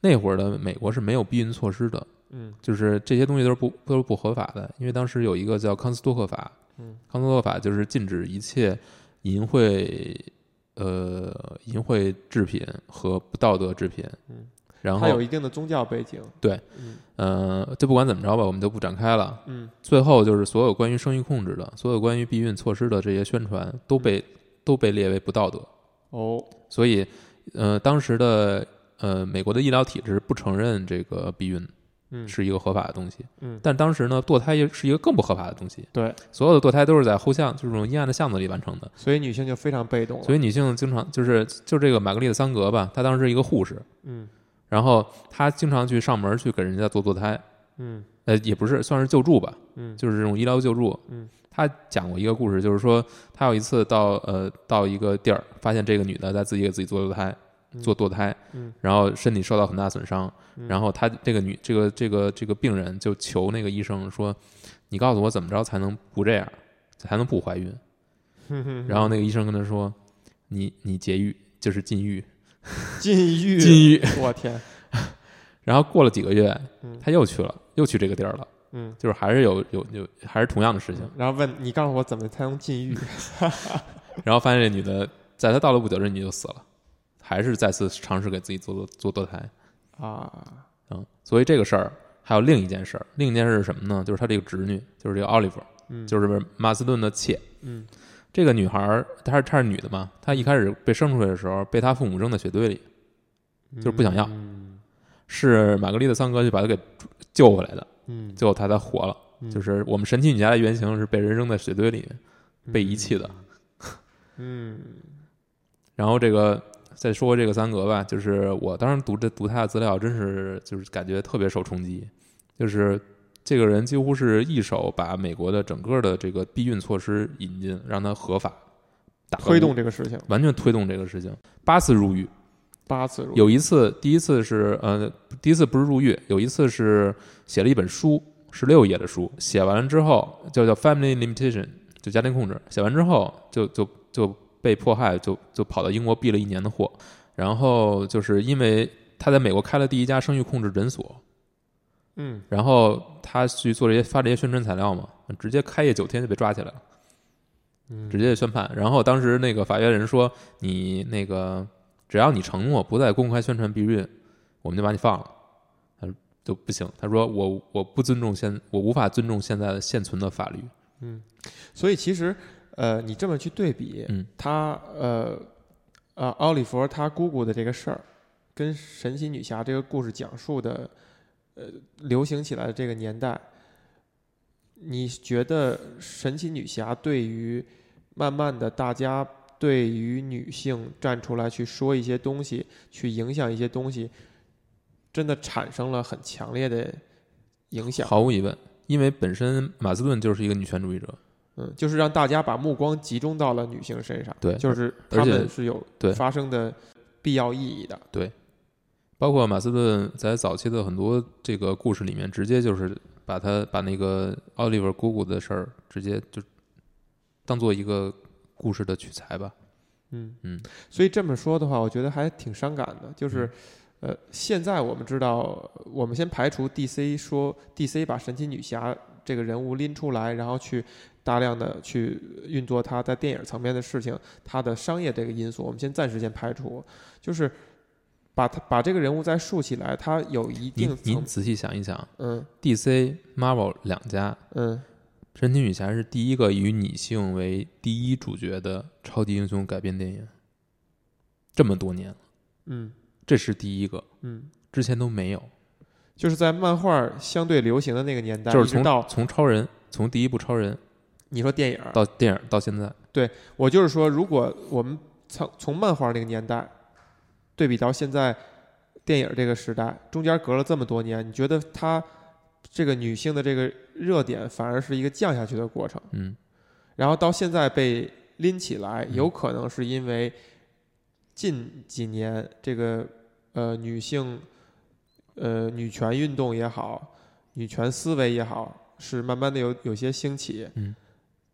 B: 那会儿的美国是没有避孕措施的，
A: 嗯，
B: 就是这些东西都是不都是不合法的，因为当时有一个叫康斯托克法，
A: 嗯，
B: 康斯托克法就是禁止一切淫秽，呃，淫秽制品和不道德制品，
A: 嗯，
B: 然
A: 它有
B: 后
A: 一定的宗教背景，
B: 对，
A: 嗯
B: 呃，就不管怎么着吧，我们就不展开了。
A: 嗯
B: 最后就是所有关于生育控制的、所有关于避孕措施的这些宣传都被
A: 嗯
B: 都被列为不道德，
A: 哦，
B: 所以，呃，当时的呃美国的医疗体制不承认这个避孕
A: 嗯
B: 是一个合法的东西，
A: 嗯
B: 但当时呢，堕胎也是一个更不合法的东西。
A: 对，
B: 所有的堕胎都是在后巷，就是这种阴暗的巷子里完成的。
A: 所以女性就非常被动了，
B: 所
A: 以
B: 以女性经常就是就这个玛格丽特桑格吧，她当时是一个护士，
A: 嗯
B: 然后她经常去上门去给人家做堕胎，
A: 嗯
B: 呃，也不是算是救助吧，
A: 嗯
B: 就是这种医疗救助。
A: 嗯，
B: 他讲过一个故事，就是说他有一次到呃到一个地儿，发现这个女的在自己给自己做堕胎，
A: 嗯
B: 做堕胎，
A: 嗯，
B: 然后身体受到很大损伤，
A: 嗯
B: 然后他这个女这个这个这个病人就求那个医生说，你告诉我怎么着才能不这样，才能不怀孕？
A: 哼哼
B: 然后那个医生跟他说，你你节育就是禁欲，
A: 禁欲，
B: 禁欲。
A: 我天，
B: 然后过了几个月
A: 嗯，
B: 他又去了，又去这个地儿了，
A: 嗯。
B: 就是还是有有有还是同样的事情。
A: 然后问你告诉我怎么才能禁 欲？
B: 然后发现这女的，在她到了不久，这女就死了，还是再次尝试给自己做做堕胎。
A: 啊，
B: 嗯，所以这个事儿还有另一件事儿，另一件事是什么呢？就是她这个侄女，就是这个奥利弗，
A: 嗯，
B: 就是是马斯顿的妾。
A: 嗯
B: 这个女孩儿，她是她是女的嘛？她一开始被生出来的时候，被她父母扔在雪堆里，就是不想要
A: 嗯
B: 是玛格丽特桑格去把她给救回来的，
A: 嗯，
B: 最后她才活了。
A: 嗯
B: 就是我们神奇女侠的原型是被人扔在雪堆里面，被遗弃的。
A: 嗯
B: 然后这个再说这个三格吧，就是我当时读这读他的资料，真是就是感觉特别受冲击，就是这个人几乎是一手把美国的整个的这个避孕措施引进，让它合法，打个
A: 推动，这个事情
B: 完全推动这个事情，八次入狱，
A: 八次入
B: 有一次第一次是呃第一次不是入狱，有一次是写了一本书，十六页的书，写完了之后就叫 Family Limitation，就家庭控制，写完之后就就就被迫害，就就跑到英国避了一年的祸，然后就是因为他在美国开了第一家生育控制诊所，
A: 嗯
B: 然后他去做这些发这些宣传材料嘛，直接开业九天就被抓起来了。
A: 嗯
B: 直接宣判。然后当时那个法院人说：“你那个只要你承诺不再公开宣传避孕，我们就把你放了。”他说：“就不行。”他说：“我我不尊重现，我无法尊重现在的现存的法律。
A: 所以其实，呃，你这么去对比，
B: 嗯
A: 他呃呃，奥利弗他姑姑的这个事儿，跟神奇女侠这个故事讲述的，呃，流行起来的这个年代，你觉得神奇女侠对于慢慢的大家对于女性站出来去说一些东西，去影响一些东西，真的产生了很强烈的影”响。
B: 毫无疑问，因为本身马斯顿就是一个女权主义者，
A: 嗯，就是让大家把目光集中到了女性身上，
B: 对
A: 就是
B: 而
A: 他
B: 且
A: 们是有
B: 对
A: 发生的必要意义的，
B: 包括马斯顿在早期的很多这个故事里面，直接就是把他把那个奥利弗姑姑的事儿直接就当做一个故事的取材吧。
A: 嗯
B: 嗯，
A: 所以这么说的话，我觉得还挺伤感的，就是。呃，现在我们知道，我们先排除 DC 说 DC 把神奇女侠这个人物拎出来，然后去大量的去运作它在电影层面的事情，它的商业这个因素，我们先暂时先排除，就是把它把这个人物再竖起来，它有一定
B: 您您
A: 层，
B: 仔细想一想，
A: 嗯
B: DC、Marvel 两家，
A: 嗯
B: 神奇女侠是第一个以女性为第一主角的超级英雄改编电影，这么多年了，
A: 嗯
B: 这是第一个，
A: 嗯，
B: 之前都没有。
A: 就是在漫画相对流行的那个年代，
B: 就是
A: 一直
B: 从
A: 到
B: 从超人，从第一部超人
A: 你说电影儿，
B: 到电影到现在，
A: 我就是说，如果我们从从漫画那个年代对比到现在电影这个时代，中间隔了这么多年，你觉得它这个女性的这个热点反而是一个降下去的过程，
B: 嗯，
A: 然后到现在被拎起来，
B: 嗯
A: 有可能是因为近几年这个呃女性呃女权运动也好，女权思维也好，是慢慢的有有些兴起，
B: 嗯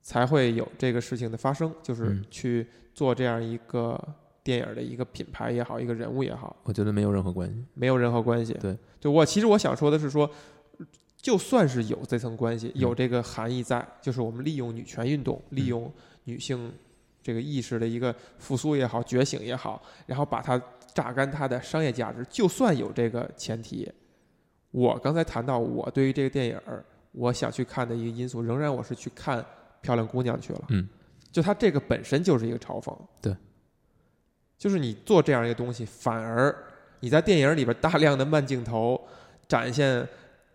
A: 才会有这个事情的发生，就是
B: 嗯
A: 去做这样一个电影的一个品牌也好，一个人物也好，
B: 我觉得没有任何关系。
A: 没有任何关系。
B: 对，
A: 就我其实我想说的是说，就算是有这层关系，
B: 嗯
A: 有这个含义在，就是我们利用女权运动，利用女性这个意识的一个复苏也好，觉醒也好，然后把它榨干它的商业价值，就算有这个前提，我刚才谈到我对于这个电影儿我想去看的一个因素，仍然我是去看漂亮姑娘去了。
B: 嗯，
A: 就它这个本身就是一个嘲讽。
B: 对，
A: 就是你做这样一个东西，反而你在电影里边大量的慢镜头展现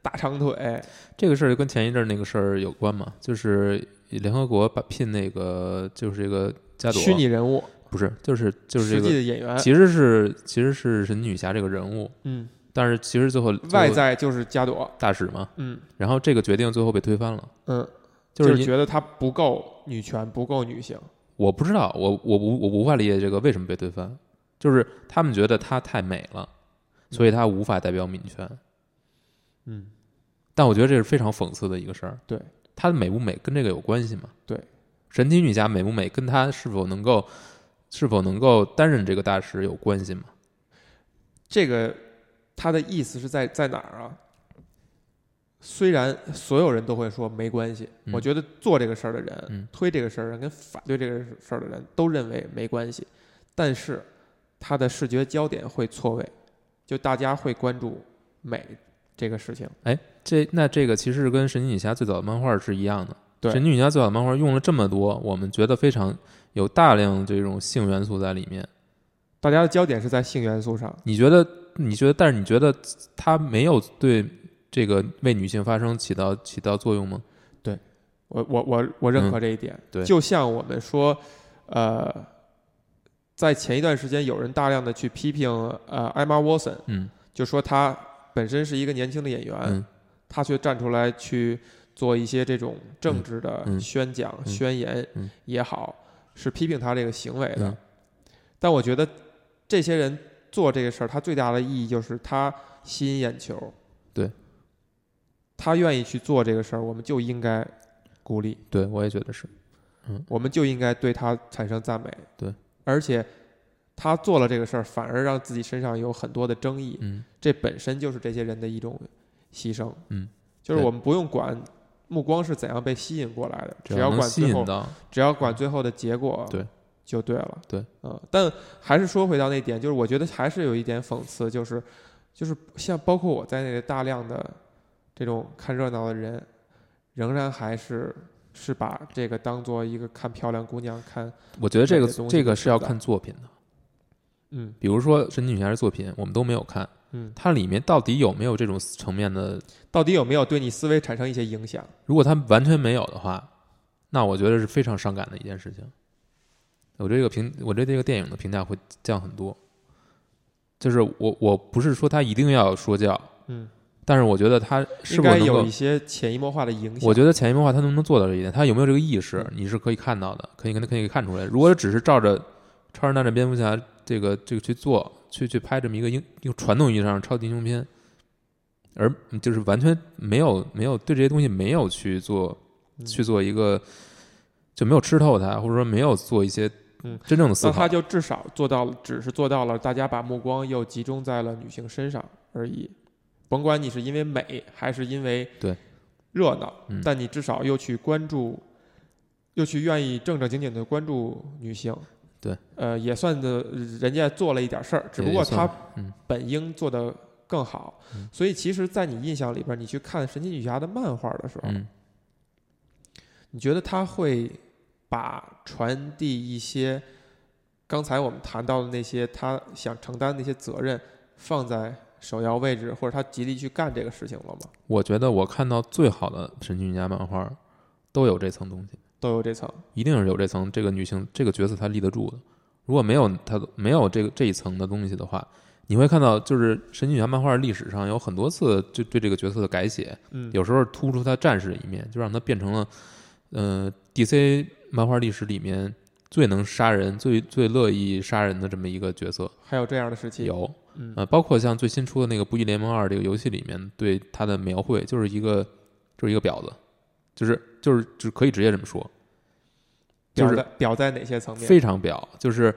A: 大长腿，
B: 这个事儿跟前一阵儿那个事儿有关嘛，就是联合国把聘那个就是这个加朵，
A: 虚拟人物，
B: 不是就是就是
A: 实
B: 这
A: 际
B: 个，
A: 的演员，
B: 其实是其实是神奇女侠这个人物，
A: 嗯，
B: 但是其实最后最后
A: 外在就是加朵，
B: 大使嘛，
A: 嗯
B: 然后这个决定最后被推翻了，
A: 嗯，
B: 就
A: 就是
B: 因
A: 觉得她不够女权，不够女性，
B: 我不知道，我我无我无法理解这个为什么被推翻，就是他们觉得她太美了，所以她无法代表民权。
A: 嗯，
B: 但我觉得这是非常讽刺的一个事儿。
A: 对，
B: 她的美不美跟这个有关系吗？
A: 对，
B: 神奇女侠美不美跟她是否能够是否能够担任这个大使有关系吗？
A: 这个他的意思是在在哪儿啊？虽然所有人都会说没关系，
B: 嗯
A: 我觉得做这个事儿的人、
B: 嗯
A: 推这个事儿的人跟反对这个事儿的人都认为没关系，但是他的视觉焦点会错位，就大家会关注美这个事情。
B: 这那这个其实跟神奇女侠最早的漫画是一样的。
A: 对
B: 神奇女侠最早的漫画用了这么多，我们觉得非常有大量这种性元素在里面。
A: 大家的焦点是在性元素上，
B: 你觉得？你觉得？但是你觉得它没有对这个为女性发声起到起到作用吗？
A: 我我我我认可这一点。
B: 嗯对
A: 就像我们说，呃，在前一段时间有人大量的去批评呃艾玛沃森，
B: 嗯
A: 就说他本身是一个年轻的演员，
B: 嗯
A: 他却站出来去做一些这种政治的
B: 嗯嗯
A: 宣讲、
B: 嗯
A: 宣言
B: 嗯
A: 也好，是批评他这个行为的。
B: 嗯
A: 但我觉得这些人做这个事儿，他最大的意义就是他吸引眼球，
B: 对，
A: 他愿意去做这个事儿，我们就应该鼓励。
B: 对我也觉得是。
A: 我们就应该对他产生赞美。
B: 对，
A: 而且他做了这个事儿，反而让自己身上有很多的争议，
B: 嗯
A: 这本身就是这些人的一种牺牲。
B: 嗯，
A: 就是
B: 对
A: 我们不用管目光是怎样被吸引过来的，只要
B: 能
A: 管
B: 吸
A: 最
B: 引
A: 后，
B: 到，嗯
A: 只要管最后的结果，
B: 对，
A: 就对了。
B: 对，
A: 嗯，但还是说回到那点，就是我觉得还是有一点讽刺，就是就是像包括我在内的大量的这种看热闹的人，仍然还是是把这个当做一个看漂亮姑娘看，
B: 我觉得这个
A: 这个东西
B: 这个是要
A: 存在
B: 看作品的。
A: 嗯
B: 比如说《神奇女侠》是作品，我们都没有看，
A: 嗯，
B: 它里面到底有没有这种层面的？
A: 到底有没有对你思维产生一些影响？
B: 如果它完全没有的话，那我觉得是非常伤感的一件事情。我对这个评，我对这个电影的评价会降很多。就是我我不是说它一定要说教，
A: 嗯，
B: 但是我觉得它是
A: 应
B: 否
A: 该
B: 能
A: 有
B: 够
A: 一，些潜移默化的影响。嗯
B: 我觉得潜移默化它能不能做到这一点，它有没有这个意识，你是可以看到的，可以可以可以看出来。如果只是照着超人大战蝙蝠侠这个这个去做，去去拍这么一个英用传统意义上的超级英雄片，而就是完全没有没有对这些东西没有去做
A: 嗯
B: 去做一个就没有吃透它，或者说没有做一些
A: 嗯
B: 真正的思
A: 那
B: 考
A: 他。就至少做到了，只是做到了大家把目光又集中在了女性身上而已。甭管你是因为美还是因为
B: 对
A: 热闹，
B: 嗯
A: 但你至少又去关注，又去愿意正正经经的关注女性。
B: 对，
A: 呃，也算的人家做了一点事儿，只不过
B: 也算
A: 他
B: 嗯
A: 本应做的更好。
B: 嗯
A: 嗯所以其实，在你印象里边，你去看神奇女侠的漫画的时候，
B: 嗯
A: 你觉得他会把传递一些刚才我们谈到的那些他想承担的一些责任放在首要位置，或者他极力去干这个事情了吗？
B: 我觉得我看到最好的神奇女侠漫画都有这层东西，
A: 都有这层，
B: 一定是有这层这个女性这个角色她立得住的。如果没有她没有这个这一层的东西的话，你会看到就是神奇女侠漫画历史上有很多次就对这个角色的改写，
A: 嗯，
B: 有时候突出她战士的一面，就让她变成了呃 DC 漫画历史里面最能杀人、最最乐意杀人的这么一个角色。
A: 还有这样的时期，，
B: 有，
A: 嗯
B: 呃，包括像最新出的那个《不义联盟二》这个游戏里面对他的描绘，就是一个就是一个婊子，就是就是只可以直接这么说，就
A: 表
B: 是
A: 在表在哪些层面？
B: 非常婊，就是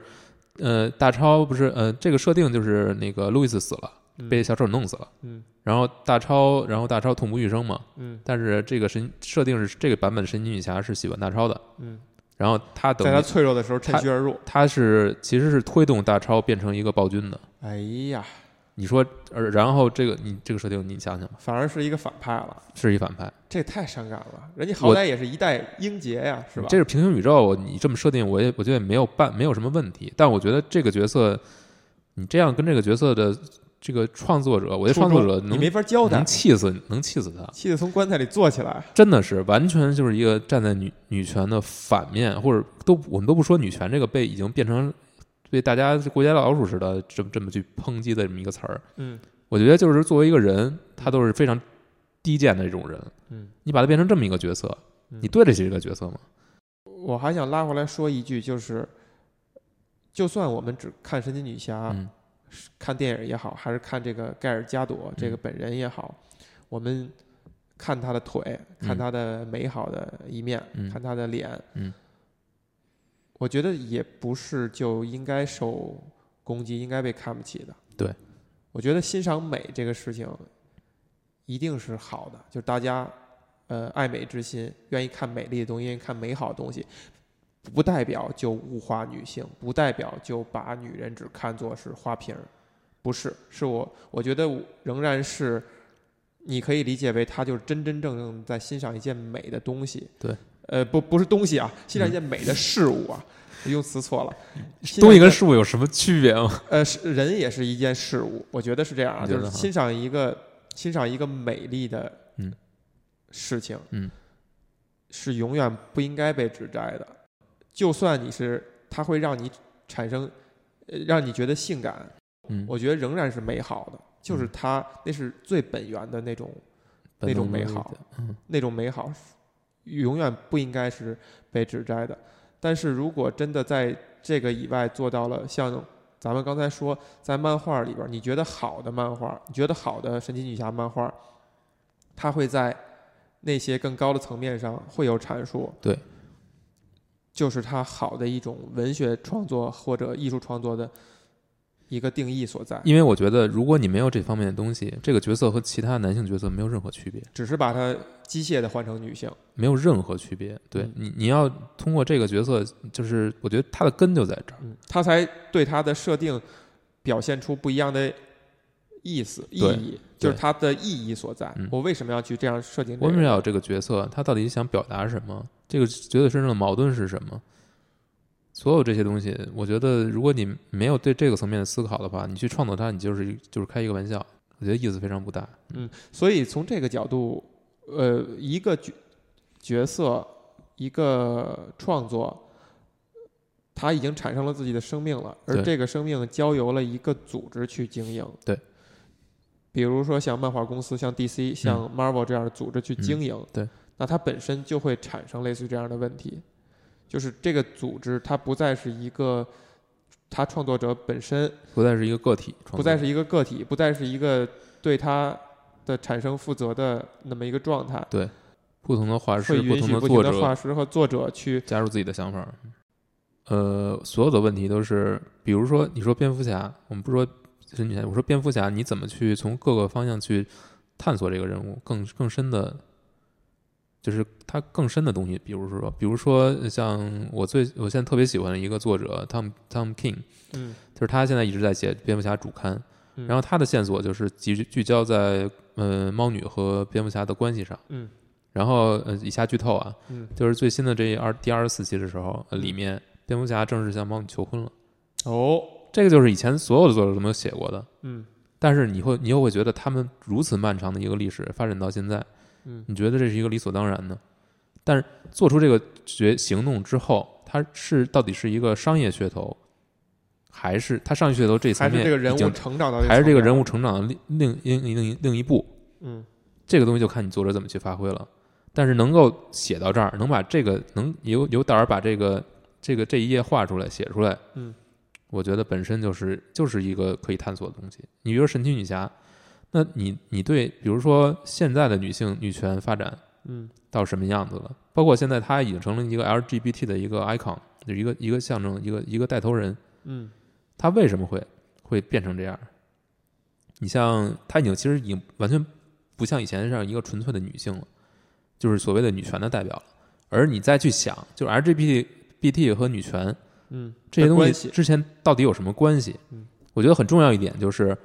B: 呃，大超不是呃，这个设定就是那个路易斯死了，
A: 嗯
B: 被小丑弄死了，
A: 嗯
B: 然后大超然后大超痛不欲生嘛，
A: 嗯
B: 但是这个神设定是这个版本神奇女侠是喜欢大超的，
A: 嗯，
B: 然后他等
A: 在他
B: 于
A: 脆弱的时候趁
B: 他
A: 虚而入。
B: 他是其实是推动大超变成一个暴君的，
A: 哎呀，
B: 你说，而然后这个你这个设定你想想吧，
A: 反而是一个反派了，
B: 是一反派。
A: 这也太伤感了。人家
B: 我
A: 好歹也是一代英杰呀，是吧？
B: 这是平行宇宙，你这么设定，我也我觉得也没有办没有什么问题。但我觉得这个角色，你这样跟这个角色的这个创作者，我觉得
A: 初
B: 创作
A: 衷
B: 者
A: 你
B: 能
A: 没法交代
B: 能，气死能气死他，
A: 气得从棺材里坐起来。
B: 真的是完全就是一个站在女女权的反面，或者都我们都不说女权这个被已经变成被大家国家老鼠似的这么这么去抨击的这么一个词儿。
A: 嗯
B: 我觉得就是作为一个人，他都是非常低贱的一种人。
A: 嗯，
B: 你把他变成这么一个角色，
A: 嗯
B: 你对得起这个角色吗？
A: 我还想拉回来说一句，就是，就算我们只看神奇女侠，
B: 嗯
A: 是看电影也好，还是看这个盖尔加朵这
B: 嗯
A: 个本人也好，我们看她的腿，看
B: 嗯
A: 她的美好的一面，
B: 嗯
A: 看她的脸，
B: 嗯
A: 我觉得也不是就应该受攻击，应该被看不起的。
B: 对，
A: 我觉得欣赏美这个事情一定是好的，就是大家呃爱美之心，愿意看美丽的东西，愿意看美好的东西，不代表就物化女性，不代表就把女人只看作是花瓶儿，不是，是我我觉得我仍然是。你可以理解为她就是真真正正在欣赏一件美的东西，
B: 对，嗯
A: 呃，不不是东西啊，欣赏一件美的事物啊，用词错了，欣赏
B: 东
A: 一
B: 西跟
A: 件
B: 事物有什么区别吗？
A: 呃，是人也是一件事物，我觉得是这样啊，
B: 你觉
A: 就
B: 得
A: 是
B: 哈
A: 欣赏一个欣赏一个美丽的
B: 嗯
A: 事情，
B: 嗯
A: 是永远不应该被指摘的。就算你是，它会让你产生，呃让你觉得性感，
B: 嗯，
A: 我觉得仍然是美好的，就是
B: 嗯
A: 它那是最本源的那种
B: 本
A: 那种
B: 能
A: 美
B: 的理
A: 好啊
B: 解，嗯
A: 那种美好，永远不应该是被指摘的。但是如果真的在这个以外做到了，像咱们刚才说，在漫画里边儿，你觉得好的漫画，你觉得好的神奇女侠漫画，它会在那些更高的层面上会有阐述。
B: 对，
A: 就是它好的一种文学创作或者艺术创作的一个定义所在，
B: 因为我觉得如果你没有这方面的东西，这个角色和其他男性角色没有任何区别，
A: 只是把它机械的换成女性。
B: 没有任何区别。对
A: 嗯
B: 你，你要通过这个角色，就是我觉得他的根就在这儿。
A: 嗯，他才对他的设定表现出不一样的意思意义，就是它的意义所在
B: 嗯。
A: 我为什么要去这样设定、这个？
B: 我为什么要有这个角色？他到底想表达什么？这个角色身上的矛盾是什么？所有这些东西，我觉得如果你没有对这个层面的思考的话，你去创作它，你就是一就是开一个玩笑，我觉得意思非常不大。
A: 所以从这个角度，呃，一个角角色，一个创作，他已经产生了自己的生命了，而
B: 对
A: 这个生命交由了一个组织去经营。
B: 对，嗯
A: 比如说像漫画公司、像 DC、像 Marvel 这样的组织去经营，
B: 对，
A: 那它本身就会产生类似于这样的问题，就是这个组织它不再是一个。他创作者本身
B: 不再是一个个体创作，
A: 不再是一个个体，不再是一个对他的产生负责的那么一个状态，
B: 不同的画
A: 会
B: 师、不
A: 允
B: 同
A: 许不停
B: 作者
A: 的、画师和作者去，
B: 加入自己的想法。呃，所有的问题都是，比如说你说蝙蝠侠，我们不说神奇侠，我说蝙蝠侠，你怎么去从各个方向去探索这个人物更更深的，就是他更深的东西，比如说，比如说像我最我现在特别喜欢的一个作者 Tom Tom King，
A: 嗯，
B: 就是他现在一直在写蝙蝠侠主刊，
A: 嗯
B: 然后他的线索就是集聚焦在呃猫女和蝙蝠侠的关系上，
A: 嗯，
B: 然后呃，以下剧透啊，
A: 嗯，
B: 就是最新的这一二第二十四期的时候，呃里面蝙蝠侠正式向猫女求婚了。
A: 哦，
B: 这个就是以前所有的作者都没有写过的，
A: 嗯
B: 但是你会你又会觉得他们如此漫长的一个历史发展到现在，
A: 嗯
B: 你觉得这是一个理所当然的。但是做出这个决行动之后，它是到底是一个商业噱头，还是它商业噱头这
A: 还
B: 层面
A: 是这个人
B: 已
A: 物
B: 经
A: 成长到
B: 还是这个人
A: 物，
B: 物成长的另另另另另一步？
A: 嗯
B: 这个东西就看你作者怎么去发挥了。但是能够写到这儿，能把这个能有有胆儿把这个这个这一页画出来写出来，
A: 嗯，
B: 我觉得本身就是就是一个可以探索的东西。你比如说神奇女侠，那你你对比如说现在的女性女权发展
A: 嗯
B: 到什么样子了，包括现在她已经成了一个 LGBT 的一个 icon，就一个一个象征，一个一个带头人，
A: 嗯
B: 她为什么会会变成这样？你像她已经其实已经完全不像以前这样一个纯粹的女性了，就是所谓的女权的代表了。而你再去想，就是 LGBT BT 和女权
A: 嗯，
B: 这些东
A: 关
B: 西
A: 系
B: 之前到底有什么关系？
A: 嗯
B: 我觉得很重要一点就是，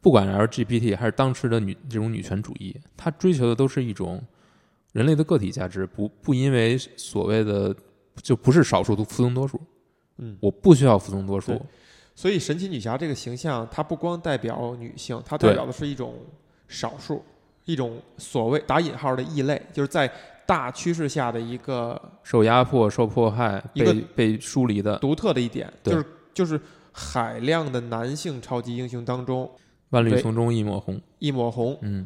B: 不管 LGBT 还是当时的女这种女权主义，它追求的都是一种人类的个体价值，不不因为所谓的就不是少数服从多数，
A: 嗯
B: 我不需要服从多
A: 对
B: 数，
A: 所以神奇女侠这个形象，它不光代表女性，它代
B: 对
A: 表的是一种少数，一种所谓打引号的异类，就是在大趋势下的一个
B: 受压迫、受迫害、
A: 一个
B: 被被疏离的
A: 独特的一点，
B: 对
A: 就是就是海量的男性超级英雄当中，
B: 万绿
A: 对
B: 丛中一抹红。
A: 一抹红
B: 嗯，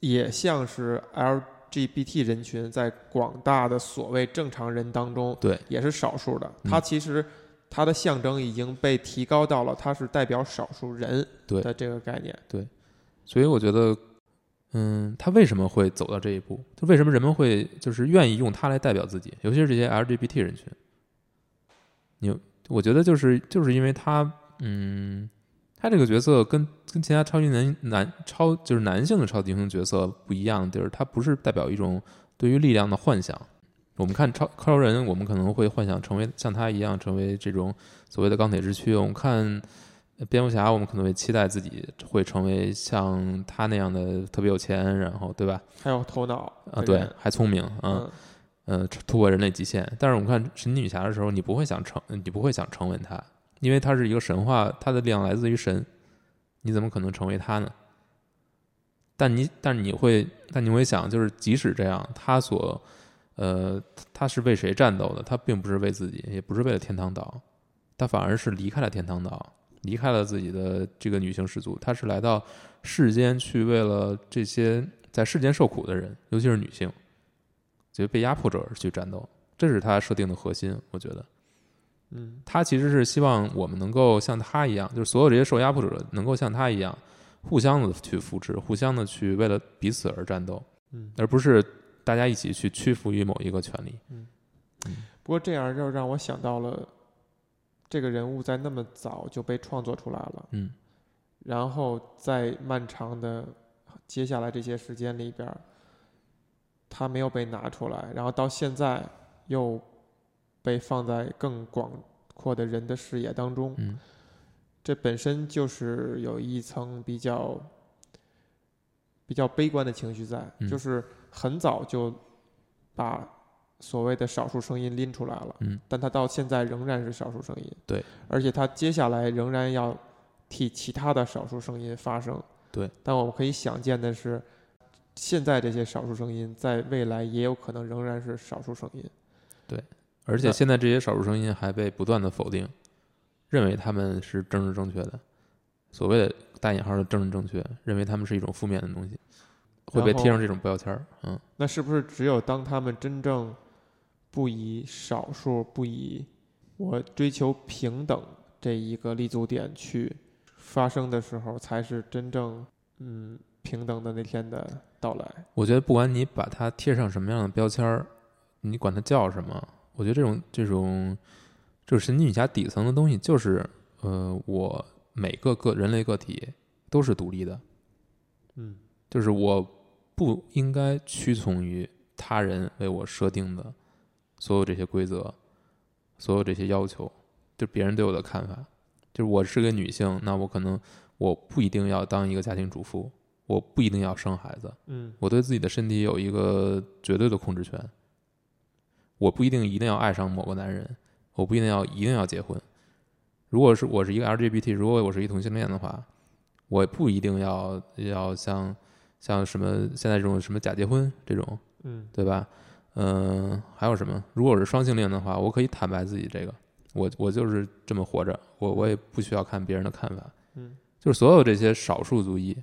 A: 也像是 LGBT 人群在广大的所谓正常人当中，
B: 对，
A: 也是少数的。
B: 嗯
A: 它其实它的象征已经被提高到了，它是代表少数人
B: 对
A: 的这个概念。
B: 所以我觉得，嗯，他为什么会走到这一步？就为什么人们会就是愿意用它来代表自己，尤其是这些 LGBT 人群。你有，我觉得就是就是因为他，嗯，他这个角色跟跟其他超级男男超就是男性的超级英雄角色不一样，就是他不是代表一种对于力量的幻想。我们看超超人，我们可能会幻想成为像他一样，成为这种所谓的钢铁之躯。我们看呃蝙蝠侠，我们可能会期待自己会成为像他那样的特别有钱，然后对吧？
A: 还有头脑
B: 啊，
A: 的
B: 对
A: 人，
B: 还聪明啊，
A: 嗯，
B: 呃，突破人类极限。但是我们看神奇女侠的时候，你不会想成，你不会想成为她，因为她是一个神话，她的力量来自于神，你怎么可能成为她呢？但你，但你会，但你会想，就是即使这样，她所，呃，她是为谁战斗的？她并不是为自己，也不是为了天堂岛，她反而是离开了天堂岛，离开了自己的这个女性氏族，她是来到世间去为了这些在世间受苦的人，尤其是女性，就被压迫者而去战斗，这是她设定的核心。我觉得
A: 嗯
B: 她其实是希望我们能够像她一样，就是所有这些受压迫者能够像她一样，互相的去扶持，互相的去为了彼此而战斗，
A: 嗯。
B: 而不是大家一起去屈服于某一个权利。
A: 不过这样又让我想到了，这个人物在那么早就被创作出来了，
B: 嗯，
A: 然后在漫长的接下来这些时间里边儿，他没有被拿出来，然后到现在又被放在更广阔的人的视野当中，
B: 嗯
A: 这本身就是有一层比较比较悲观的情绪在，
B: 嗯
A: 就是很早就把所谓的少数声音拎出来了，
B: 嗯
A: 但他到现在仍然是少数声音，
B: 对，
A: 而且他接下来仍然要替其他的少数声音发声，
B: 对，
A: 但我们可以想见的是，现在这些少数声音在未来也有可能仍然是少数声音，
B: 而且
A: 那
B: 现在这些少数声音还被不断的否定，认为他们是政治正确的，所谓的大引号的政治正确，认为他们是一种负面的东西，会被
A: 然后
B: 贴上这种标签儿。嗯，
A: 那是不是只有当他们真正不以少数、不以我追求平等这一个立足点去发生的时候，才是真正嗯平等的那天的到来？
B: 我觉得不管你把它贴上什么样的标签儿，你管它叫什么，我觉得这种这种就是神奇女侠底层的东西，就是呃，我每个个人类个体都是独立的，
A: 嗯
B: 就是我不应该屈从于他人为我设定的所有这些规则，所有这些要求，就别人对我的看法。就是我是个女性，那我可能我不一定要当一个家庭主妇，我不一定要生孩子，
A: 嗯
B: 我对自己的身体有一个绝对的控制权。我不一定一定要爱上某个男人，我不一定要一定要结婚。如果是我是一个 LGBT，如果我是一同性恋的话，我不一定要要像像什么现在这种什么假结婚这种，
A: 嗯
B: 对吧？嗯、还有什么？如果我是双性恋的话，我可以坦白自己这个，我我就是这么活着，我我也不需要看别人的看法。
A: 嗯，
B: 就是所有这些少数族裔，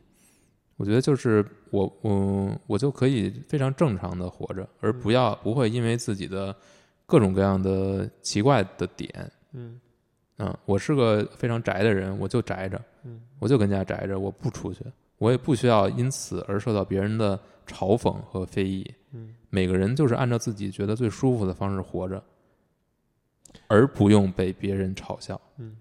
B: 我觉得就是我我我就可以非常正常的活着，而
A: 嗯
B: 不要不会因为自己的各种各样的奇怪的点，
A: 嗯
B: 嗯，我是个非常宅的人，我就宅着，
A: 嗯，
B: 我就跟家宅着，我不出去，我也不需要因此而受到别人的嘲讽和非议。
A: 嗯，
B: 每个人就是按照自己觉得最舒服的方式活着，而不用被别人嘲笑。
A: 嗯，